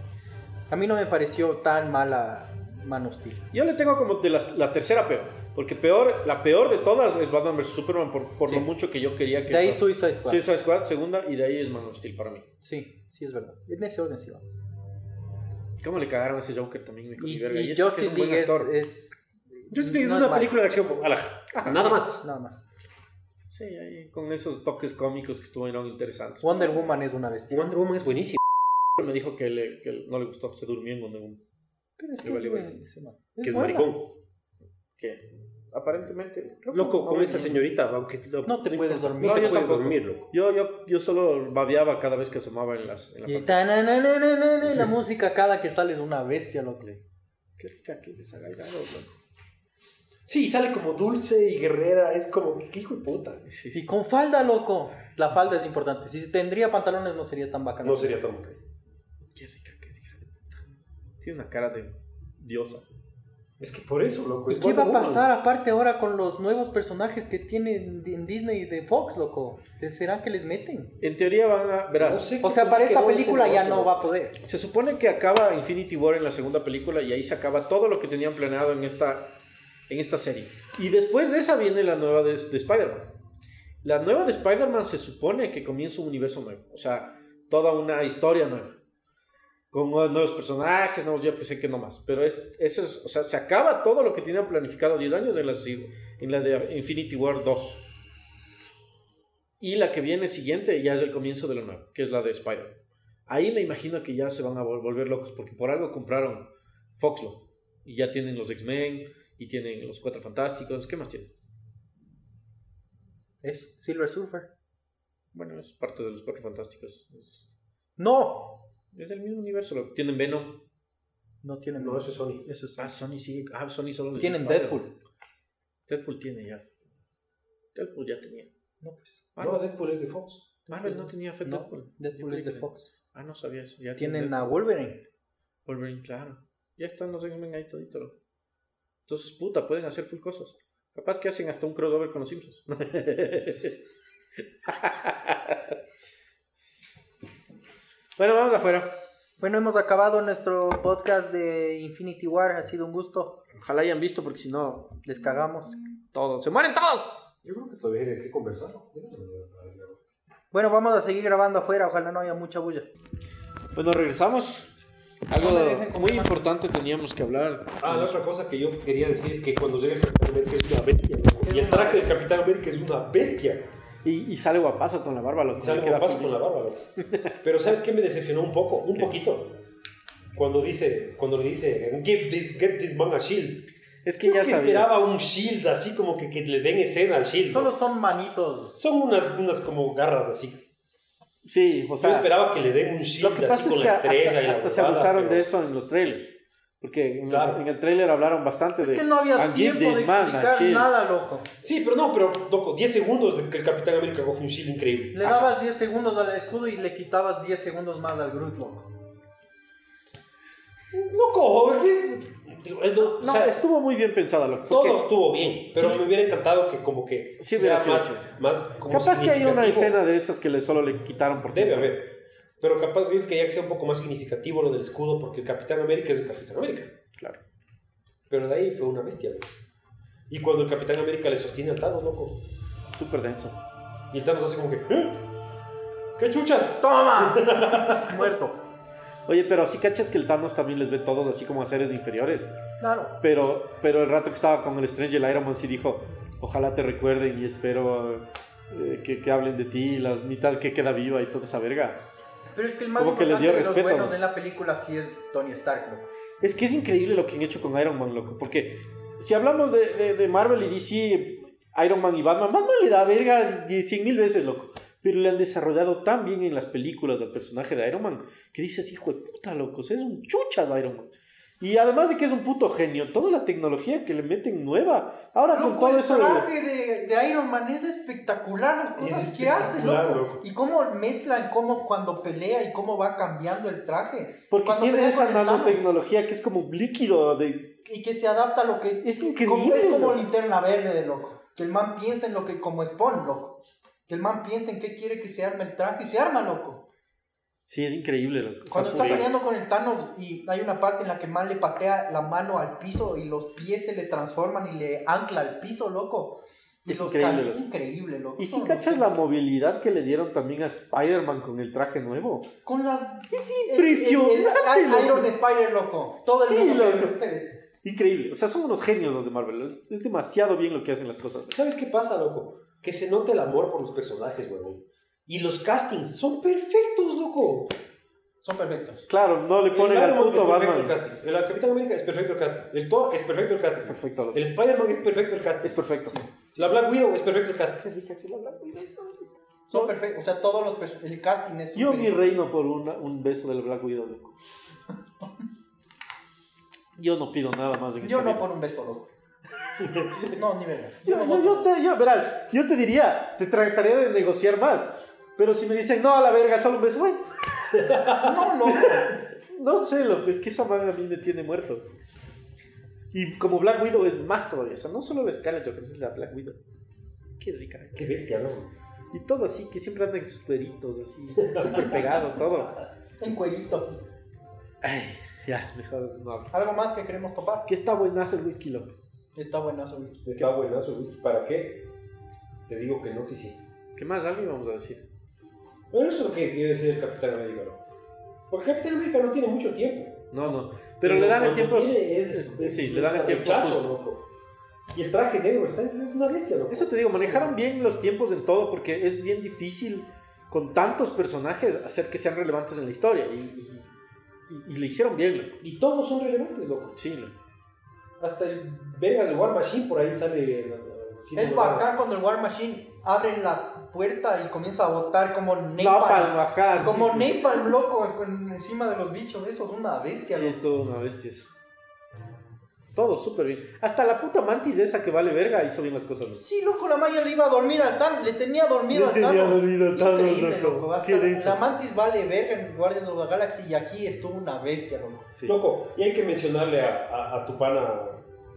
A: A mí no me pareció tan mala Man of Steel.
B: Yo le tengo como de las- la, tercera peor. Porque peor, la peor de todas es Batman vs. Superman, por, por
A: Sí.
B: lo mucho que yo quería que...
A: De ahí
B: esa-
A: Suicide Squad.
B: Suicide Squad, segunda, y de ahí es Man of Steel para mí.
A: Sí, sí, es verdad. En ese orden sí va.
B: ¿Cómo le cagaron a ese Joker también? me comí
A: Y,
B: verga?
A: y
B: Y eso que
A: Justice
B: es un buen
A: League es, eh,
B: actor.
A: es-
B: Justice League es
A: no
B: una
A: malo,
B: película de acción po- a la-
D: Nada más.
A: Nada más.
B: Sí, ahí con esos toques cómicos que estuvieron interesantes.
A: Wonder Woman es una bestia.
D: Wonder Woman es buenísimo.
B: Me dijo que, le- que no le gustó, se durmió en Wonder Woman.
A: Pero es que
B: Le vale
A: es, de-
B: verga.
A: ese man.
D: Que es
A: buena.
D: maricón.
B: Que aparentemente... creo que
D: Loco,
B: no
D: con
B: venía.
D: esa señorita, aunque
A: No te puedes
D: importa.
A: dormir.
D: No
B: No,
D: te
B: yo
D: puedes
B: tampoco.
D: dormir, loco.
B: Yo, yo, yo solo babeaba cada vez que asomaba en, las, en la
A: Y
B: pantalla.
A: tananananana, la música cada que sale es una bestia, loco.
B: Qué rica que es esa gaita, loco.
D: Sí, sale como dulce y guerrera. Es como, qué hijo de puta.
B: Sí, sí.
A: Y con falda, loco. La falda es importante. Si tendría pantalones no sería tan bacano.
D: No sería tan bueno.
B: Qué rica que es, hija de puta. Tiene una cara de diosa.
D: Es que por eso, loco.
A: ¿Y
D: es
A: Pues, qué va
D: Wonder
A: a
D: Woman.
A: pasar aparte ahora con los nuevos personajes que tienen en Disney y de Fox, loco? ¿Será que les meten?
B: En teoría van a. Verás.
D: No sé
A: O
D: qué
B: pues,
A: sea,
D: puta
A: para esta
D: quedó ese
A: película ya
D: negocio,
A: no
D: loco.
A: va a poder.
B: Se supone que acaba Infinity War en la segunda película y ahí se acaba todo lo que tenían planeado en esta, en esta serie. Y después de esa viene la nueva de, de Spider-Man. La nueva de Spider-Man se supone que comienza un universo nuevo. O sea, toda una historia nueva. Con nuevos nuevos personajes, nuevos yo que sé que no más. Pero es, eso es- o sea, se acaba todo lo que tenían planificado 10 años en la, si- en la de Infinity War 2. Y la que viene siguiente ya es el comienzo de la nueva, que es la de Spider-Man. Ahí me imagino que ya se van a vol- volver locos porque por algo compraron Foxlo y ya tienen los X-Men y tienen los Cuatro Fantásticos. ¿Qué más tienen?
A: Es Silver Surfer.
B: Bueno, es parte de los Cuatro Fantásticos. Es,
A: No.
B: es el mismo universo. lo- Tienen Venom.
A: No tienen.
D: No, eso es Sony.
A: Eso es-
B: Ah, Sony sigue. Ah, Sony solo. les
A: Tienen
B: dispara.
A: Deadpool.
B: Deadpool tiene ya. Deadpool ya tenía.
A: No, pues.
D: No, Deadpool es de Fox.
B: Marvel no tenía fe
A: No,
B: Deadpool. Yo
A: Deadpool
B: creí
A: es de
B: que-
A: Fox.
B: Ah, no sabía eso. Ya
A: Tienen a
B: Deadpool.
A: Wolverine.
B: Wolverine, claro. Ya están los X-Men ahí todito, loco. Entonces, puta, pueden hacer full cosas. Capaz que hacen hasta un crossover con los Simpsons. [laughs] bueno, vamos afuera.
A: Bueno, hemos acabado nuestro podcast de Infinity War. Ha sido un gusto.
B: Ojalá hayan visto, porque si no,
A: Les cagamos.
B: todos. ¡Se mueren todos!
D: Yo creo que todavía hay de qué conversar. Yo
A: Bueno, vamos a seguir grabando afuera. Ojalá no haya mucha bulla.
B: Bueno, regresamos.
A: No me dejen
B: Algo muy
A: comentar.
B: importante teníamos que hablar.
D: Ah, la otra cosa que yo quería decir es que cuando llega el Capitán América es una bestia. loco. Y el traje del Capitán América es una bestia.
B: Y, y sale guapazo con la barba, lo
D: Y
B: que
D: sale como paso con la barba. loco. Pero ¿sabes qué me decepcionó un poco? Un poquito. Cuando dice, cuando le dice, give this, get this man a shield.
B: Es que
D: Yo
B: ya
D: que
B: sabías.
D: esperaba un shield así como que, que le den escena al shield.
A: Solo
D: ¿no?
A: son manitos.
D: Son unas, unas como garras así.
B: Sí, o sea.
D: Yo esperaba que le den un shield
B: Ah, Lo que
D: así
B: pasa es
D: con
B: que
D: la estrella
B: hasta,
D: y la
B: hasta se
D: huevada,
B: abusaron
D: pero-
B: de eso en los trailers. Porque en,
D: Claro.
B: en el trailer hablaron bastante de.
A: Es que no había
B: "And give
A: tiempo de
B: this man a
A: explicar
B: chill".
A: nada, loco.
D: Sí, pero no, pero loco, 10 segundos de que el Capitán América coge un shield increíble.
A: Le dabas 10 segundos al escudo y le quitabas 10 segundos más al Groot, loco.
D: Loco, ¿qué? es lo- o
B: No,
D: sea,
B: estuvo muy bien pensada, loco.
D: todo
B: porque
D: estuvo bien, pero
B: Sí.
D: me hubiera encantado que como que
B: Sí,
D: sea
B: hubiera sido
D: más,
B: así.
D: más como
B: capaz que hay una
D: significativo.
B: escena de esas que le, solo le quitaron porque.
D: Debe haber. Pero capaz yo quería que sea un poco más significativo lo del escudo porque el Capitán América es el Capitán América.
B: Claro.
D: Pero de ahí fue una bestia. ¿no? Y cuando el Capitán América le sostiene al Thanos, loco.
B: Súper denso.
D: Y el Thanos hace como que... "¿Eh? ¿Qué chuchas?
B: [laughs]
A: ¡Toma! Muerto.
B: Oye, pero así cachas que el Thanos también les ve todos así como a seres de inferiores.
A: Claro.
B: Pero, pero el rato que estaba con el Strange, el Iron Man sí dijo: Ojalá te recuerden y espero. eh, que, que hablen de ti, la mitad que queda viva y toda esa verga.
A: Pero es que el más
B: Como que le dio
A: importante de
B: respeto,
A: los buenos
B: ¿no?
A: en la película sí es Tony Stark, loco.
B: Es que es increíble lo que han hecho con Iron Man, loco. Porque si hablamos de, de- de Marvel y DC, Iron Man y Batman, Batman le da verga de 100 mil veces, loco. Pero le han desarrollado tan bien en las películas al personaje de Iron Man que dices, hijo de puta, loco. o sea, es un chuchas Iron Man. Y además de que es un puto genio, toda la tecnología que le meten nueva. Ahora con
A: Loco,
B: todo
A: el
B: eso. de-
A: traje de, de Iron Man es espectacular las
D: Es
A: cosas que hace,
D: espectacular,
A: loco.
D: loco.
A: Y cómo mezclan, cómo cuando pelea y cómo va cambiando el traje.
B: Porque
A: Cuando
B: tiene
A: pelea
B: esa
A: con el Thanos
B: nanotecnología que es como un líquido de.
A: Y que se adapta a lo que...
B: Es
A: Como,
B: increíble.
A: es como
B: loco.
A: linterna verde de loco. Que el man piensa en lo que como Spawn, loco. Que el man piensa en qué quiere que se arme el traje y se arma, loco.
B: Sí, es increíble, loco. O sea,
E: Cuando está
B: puta,
E: peleando con el Thanos y hay una parte en la que Man le patea la mano al piso y los pies se le transforman y le ancla al piso, loco. Y
B: Es
E: los
B: increíble,
E: cam-
B: loco.
E: increíble, loco.
B: Y si
E: Son
B: cachas
E: los-
B: la movilidad que le dieron también a Spider-Man con el traje nuevo.
E: Con las...
B: Es
E: el- el-
B: impresionante.
E: el- el
B: loco.
E: Iron Spider, loco. Todo el
B: Sí,
E: mundo que
B: loco.
E: ve ustedes.
B: Increíble. O sea, son unos genios los de Marvel. Es, es demasiado bien lo que hacen las cosas.
D: ¿Sabes qué pasa, loco? Que se nota el amor por los personajes, huevón. Y los castings son perfectos, loco.
E: Son perfectos.
B: Claro, no le ponen
D: el
B: al
D: Iron Man
B: puto
D: es perfecto el
B: Batman.
D: casting. El Capitán América es perfecto el casting. El Thor es perfecto el
B: Es
D: casting.
B: perfecto, loco.
D: El Spider-Man es perfecto el casting.
B: Es perfecto.
D: La Black Widow es perfecto el casting.
E: Son
B: No.
E: perfectos. O sea, todos los... pers- El casting es
B: Yo
E: súper-
B: mi reino por una- un beso del Black Widow, loco. Yo no pido nada más en este
E: Yo
B: esta
E: no
B: vida.
E: por un beso,
B: [laughs]
E: loco. No, ni vergas.
B: Yo,
E: no
B: yo-
E: voto.
B: yo te, yo, verás, yo te diría, te trataría de negociar más. Pero si me dicen, no, a la verga, solo un beso, bueno,
E: No, loco.
B: no sé, loco, es que esa madre a mí me tiene muerto. Y como Black Widow es más todavía, o sea, no solo la Scarlett Johansson, la Black Widow. Qué rica.
D: Qué bestia, ¿no?
B: Y todo así, que siempre andan en sus cueritos, así, súper pegado, todo.
E: En cueritos.
B: Ay, ya, mejor no hablo.
E: Algo más que queremos topar.
B: Que está buenazo el whisky, loco.
E: Está buenazo, whisky.
D: Está buenazo, Luis. ah, ¿Para qué? Te digo que no, sí, sí.
B: ¿Qué más algo íbamos a decir?
D: Pero eso es lo que quiere decir el Capitán América, ¿no? Porque el Capitán América no tiene mucho tiempo.
B: No, no. Pero, le dan el
D: cuando
B: tiempo.
D: tiene es- es-
B: sí, le
D: es
B: dan el tiempo
D: rechazo,
B: justo.
D: loco. Y el traje negro está, es una bestia, loco.
B: Eso te digo, manejaron bien los tiempos en todo porque es bien difícil con tantos personajes hacer que sean relevantes en la historia. Y, y- y- y lo hicieron bien, loco.
D: Y todos son relevantes, loco.
B: Sí, loco.
D: Hasta el verga de War Machine por ahí sale. eh, sin
E: Es
D: huevadas.
E: bacán cuando el War Machine abre la puerta y comienza a botar como
B: No,
E: napalm.
B: palmajás. sí.
E: como napalm, loco, con- encima de los bichos. Eso es una bestia,
B: Sí,
E: loco.
B: es todo una bestia eso. Todo súper bien. Hasta la puta mantis esa que vale verga hizo bien las cosas. loco.
E: Sí, loco, la Maya le iba a dormir al Thanos. Le tenía dormido al Thanos. Increíble, loco. Hasta la Mantis vale verga en Guardians of the Galaxy y aquí estuvo una bestia, loco.
B: Sí.
D: Loco, y hay que mencionarle a, a- a tu pana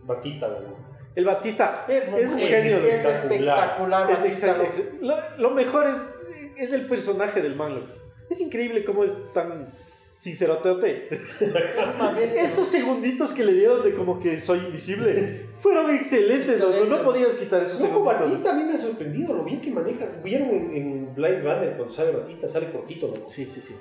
D: Batista, loco.
B: El Batista
E: Es,
B: es un genio.
E: Es,
B: loco.
E: es espectacular.
B: Es
E: Batista,
B: exa-
E: loco.
B: exa- lo, lo mejor es, es el personaje del man, loco. Es increíble cómo es tan sincerote.
E: Es una bestia,
B: Esos segunditos que le dieron de como que soy invisible fueron excelentes, loco. No podías quitar esos
D: Loco,
B: segunditos.
D: Batista a mí me ha sorprendido lo bien que maneja. Vieron en, en Blade Runner cuando sale Batista, sale cortito, loco.
B: Sí, sí, sí.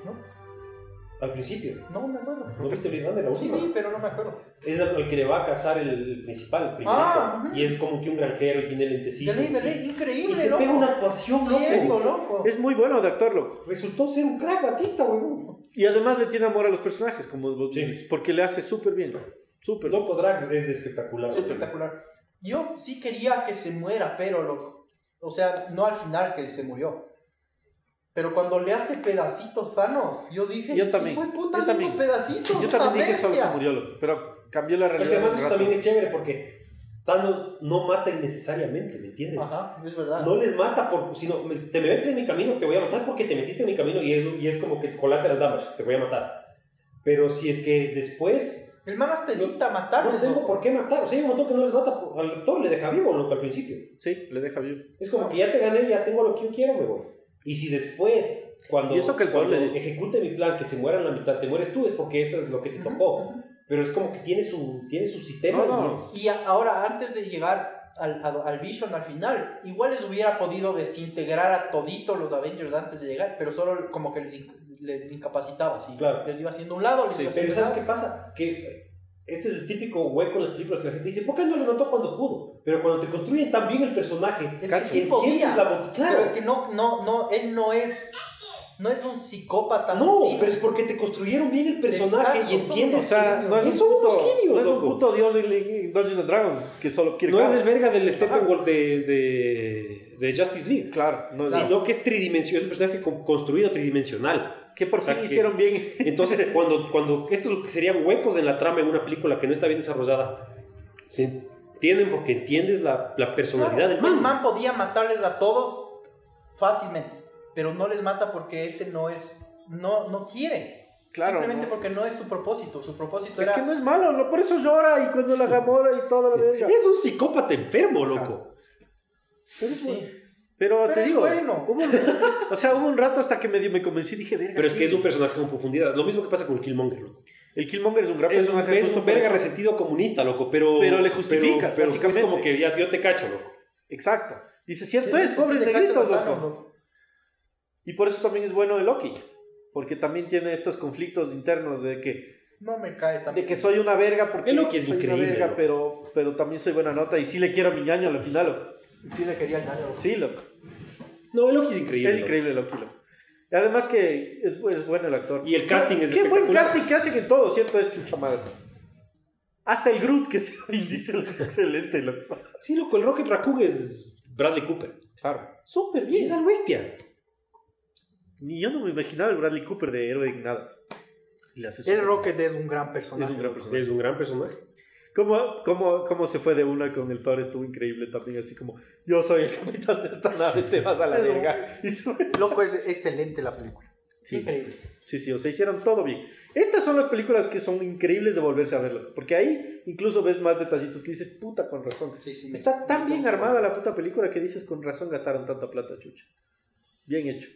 D: Al principio.
E: No me acuerdo.
D: ¿No viste Blade Runner, la
E: Sí,
D: última?
E: vi, pero no me acuerdo.
D: Es al, al que le va a casar el, el principal, el primerito.
E: Ah, ajá.
D: Y es como que un granjero y tiene
E: De
D: lentecitos.
E: ley, de
D: así.
E: ley,
D: Y
E: increíble,
D: se
E: loco.
D: pega una actuación, loco.
E: Ciego, loco.
B: Es muy bueno de actor, loco.
D: Resultó ser un crack Batista, weón.
B: Y además le tiene amor a los personajes, como vos
D: Sí.
B: dices, porque le hace súper bien. Súper.
D: Loco Drax es espectacular.
E: Es espectacular. Yo sí quería que se muera, pero loco. O sea, no al final que se murió. Pero cuando le hace pedacitos Thanos, yo dije,
B: Yo
E: "Sí,
B: también,
E: fue puta,
B: yo
E: le hizo
B: también.
E: pedacitos.
B: Yo
E: una
B: también dije solo se
E: bestia".
B: murió, loco, pero cambió la
D: Porque
B: realidad.
D: además
B: del
D: eso
B: rato.
D: también es chévere porque Thanos no mata innecesariamente, ¿me entiendes?
E: Ajá, es verdad.
D: No les mata, por, sino me- te me metes en mi camino, te voy a matar porque te metiste en mi camino y es, y es como que colateral damage, te voy a matar. Pero si es que después
E: El man hasta evita
D: no
E: matarle.
D: tengo
E: loco.
D: por qué matar, o sea, hay un montón que no les mata, por- al todo le deja vivo loco al principio.
B: Sí, le deja vivo.
D: Es como que ya te gané, ya tengo lo que yo quiero, me voy. Y si después, cuando,
B: Y eso que el
D: cuando
B: doble de-
D: ejecute mi plan, que se muera en la mitad, te mueres tú, es porque eso es lo que te
E: Ujú,
D: tocó.
E: ujú.
D: Pero es como que tiene su, tiene su sistema.
B: No, no.
D: y es-
E: Y a- ahora, antes de llegar al, a- al Vision al final, igual les hubiera podido desintegrar a toditos los Avengers antes de llegar, pero solo como que les, inc- les incapacitaba, así.
D: Claro.
E: Les iba haciendo un lado, les
B: Sí,
E: iba
D: Pero
E: haciendo un
D: ¿sabes
E: lado.
D: qué pasa? Que es el típico hueco en las películas que la gente dice, ¿por qué no le mató cuando pudo? Pero cuando te construyen tan bien el personaje,
E: Es que
D: cacho,
E: sí
D: entiendes
E: podía.
D: la mot- claro.
E: Pero es que no, no, no, él no es, no es un psicópata.
D: no,
E: asesino.
D: pero es porque te construyeron bien el personaje
E: Exacto,
D: y
E: son
B: O
D: entiendes.
B: sea, no es,
D: Son
B: un
D: unos
B: puto,
D: genios,
B: no es un
D: loco.
B: puto dios en, en Dungeons and Dragons que solo quiere caos.
D: verga del Steppenwolf de, de, de Justice League.
B: Claro, no es
D: sino que es tridimensional, es un personaje con- construido tridimensional.
B: Que por fin
D: Exacto.
B: hicieron bien.
D: Entonces, [laughs] cuando, cuando estos lo que serían huecos en la trama en una película que no está bien desarrollada, se entienden porque entiendes la, la personalidad del
E: El
D: man.
E: man podía matarles a todos fácilmente, pero no les mata porque ese no es, no, no quiere.
B: Claro.
E: Simplemente
B: ¿no?
E: porque no es su propósito. Su propósito
B: Es
E: era
B: que no es malo, no, por eso llora y cuando la gamora y toda la verga.
D: Es un psicópata enfermo, loco.
B: Pero es
E: Sí.
B: bueno. Pero,
E: Pero
B: te
E: es
B: digo,
E: bueno.
B: hubo un, o sea, hubo un rato hasta que medio me convencí y dije, verga,
D: Pero es
B: sí".
D: que es un personaje con profundidad. Lo mismo que pasa con Killmonger, loco.
B: El Killmonger es un gran
D: Es un,
B: personaje
D: es
B: justo
D: un
B: por
D: verga
B: eso.
D: resentido comunista, loco, pero...
B: Pero le justificas,
D: pero
B: básicamente.
D: Es como que ya, yo te cacho, loco.
B: Exacto. Dice, cierto
E: Sí,
B: es,
E: sí,
B: pobres
E: sí, te
B: negritos,
E: cacho, bacano,
B: loco. Y por eso también es bueno el Loki. Porque también tiene estos conflictos internos de que,
E: No me cae tan
B: de que soy una verga porque
D: El Loki es
B: soy
D: increíble,
B: una verga,
D: loco.
B: pero, pero también soy buena nota y sí le quiero a mi ñaño al final, loco.
E: Sí le quería el daño.
B: Sí, loco.
D: No, el Loki es increíble.
B: Es
D: loco.
B: increíble Loki, loco. Y además que es, es bueno el actor.
D: Y el casting es
B: Qué buen
D: espectacular.
B: casting que hacen en todo, ¿cierto? Es chucha madre. Hasta [laughs] el Groot que se dice es excelente, loco.
D: Sí, loco, el Rocket Raccoon es Bradley Cooper.
B: Claro.
D: Súper bien, es al bestia.
B: Ni yo no me imaginaba el Bradley Cooper de héroe en nada. Le hace
E: El
B: súper
E: Rocket es un gran personaje.
B: Es un gran personaje.
D: Es un gran personaje. [laughs]
B: ¿Cómo, cómo, cómo se fue de una con el Thor? Estuvo increíble también, así como, yo soy el [laughs] capitán de esta nave, te vas a la
E: Es un-
B: verga. Y se fue.
E: Loco, es excelente la película.
B: Sí,
E: Increíble.
B: sí, sí, o sea, hicieron todo bien. Estas son las películas que son increíbles de volverse a verlo, porque ahí incluso ves más detallitos que dices, puta, con razón.
E: Sí, sí, me-
B: Está tan
E: me
B: bien
E: tocó.
B: armada la puta película que dices, con razón gastaron tanta plata, chucha. Bien hecho.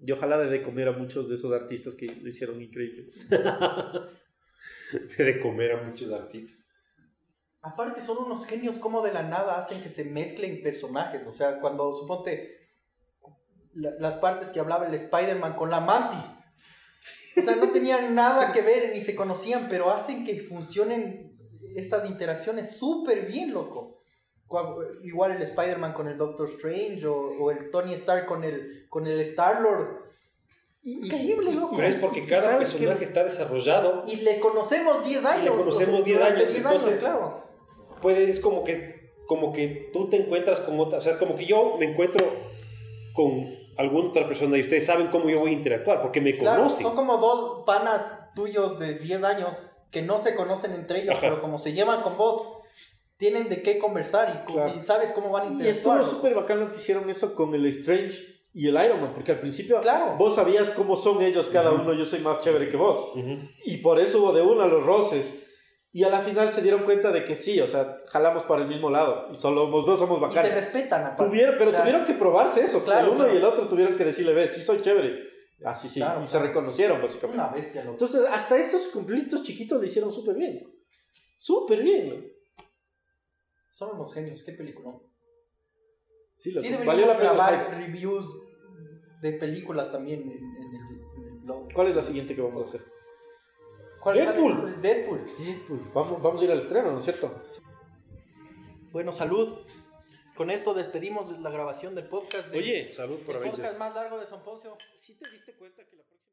B: Y ojalá de comer a muchos de esos artistas que lo hicieron increíble.
D: De comer a muchos artistas.
E: Aparte son unos genios como de la nada hacen que se mezclen personajes. O sea, cuando suponte la- las partes que hablaba el Spider-Man con la mantis. O sea, no tenían nada que ver ni se conocían, pero hacen que funcionen estas interacciones súper bien, loco. Cua- Igual el Spider-Man con el Doctor Strange o, o el Tony Stark con el, con el Star-Lord. Increíble, loco.
D: Pero es porque cada
B: ¿Sabes
D: personaje
B: qué?
D: está desarrollado.
E: Y le conocemos 10 años.
D: le conocemos 10
E: durante
D: años, entonces-
E: claro.
D: Puede, es como que, como que tú te encuentras con otra. O sea, como que yo me encuentro con alguna otra persona y ustedes saben cómo yo voy a interactuar porque me
E: Claro,
D: conocen.
E: son como dos panas tuyos de 10 años que no se conocen entre ellos,
D: Ajá.
E: pero como se llevan con vos, tienen de qué conversar y, co-
B: Claro.
E: y sabes cómo van a
B: Y estuvo
E: interactuar.
B: súper bacán lo que hicieron eso con el Strange y el Iron Man, porque al principio
E: Claro.
B: vos sabías cómo son ellos cada uno, yo soy más chévere que vos.
D: Ujú.
B: Y por eso hubo de una los roces. Y a la final se dieron cuenta de que sí, o sea, jalamos para el mismo lado y solo los dos somos
E: Y se
B: bacanes.
E: respetan aparte.
B: Tuvieron, pero
E: O sea,
B: tuvieron que probarse eso,
E: Claro,
B: el uno
E: claro.
B: y el otro tuvieron que decirle, ve, sí soy chévere. Así sí,
E: Claro,
B: y se
E: claro.
B: reconocieron
E: es una
B: básicamente.
E: bestia, loco.
B: Entonces, hasta esos cumplitos chiquitos lo hicieron súper bien. Súper bien. ¿no?
E: Son unos genios, qué película.
B: Sí, lo
E: Sí,
B: valió
E: deberíamos
B: la pena. el
E: grabar
B: hype.
E: reviews de películas también en, en el, en el blog.
B: ¿Cuál es la siguiente que vamos a hacer?
E: ¿Cuál sale?
B: Deadpool.
E: Deadpool.
B: Vamos, vamos a ir al estreno, ¿no es cierto?
E: Bueno, salud. Con esto despedimos la grabación del podcast. de-
D: Oye, salud por
E: el
D: haber
E: podcast más largo de San Poncio.
B: ¿Sí te diste cuenta que la próxima...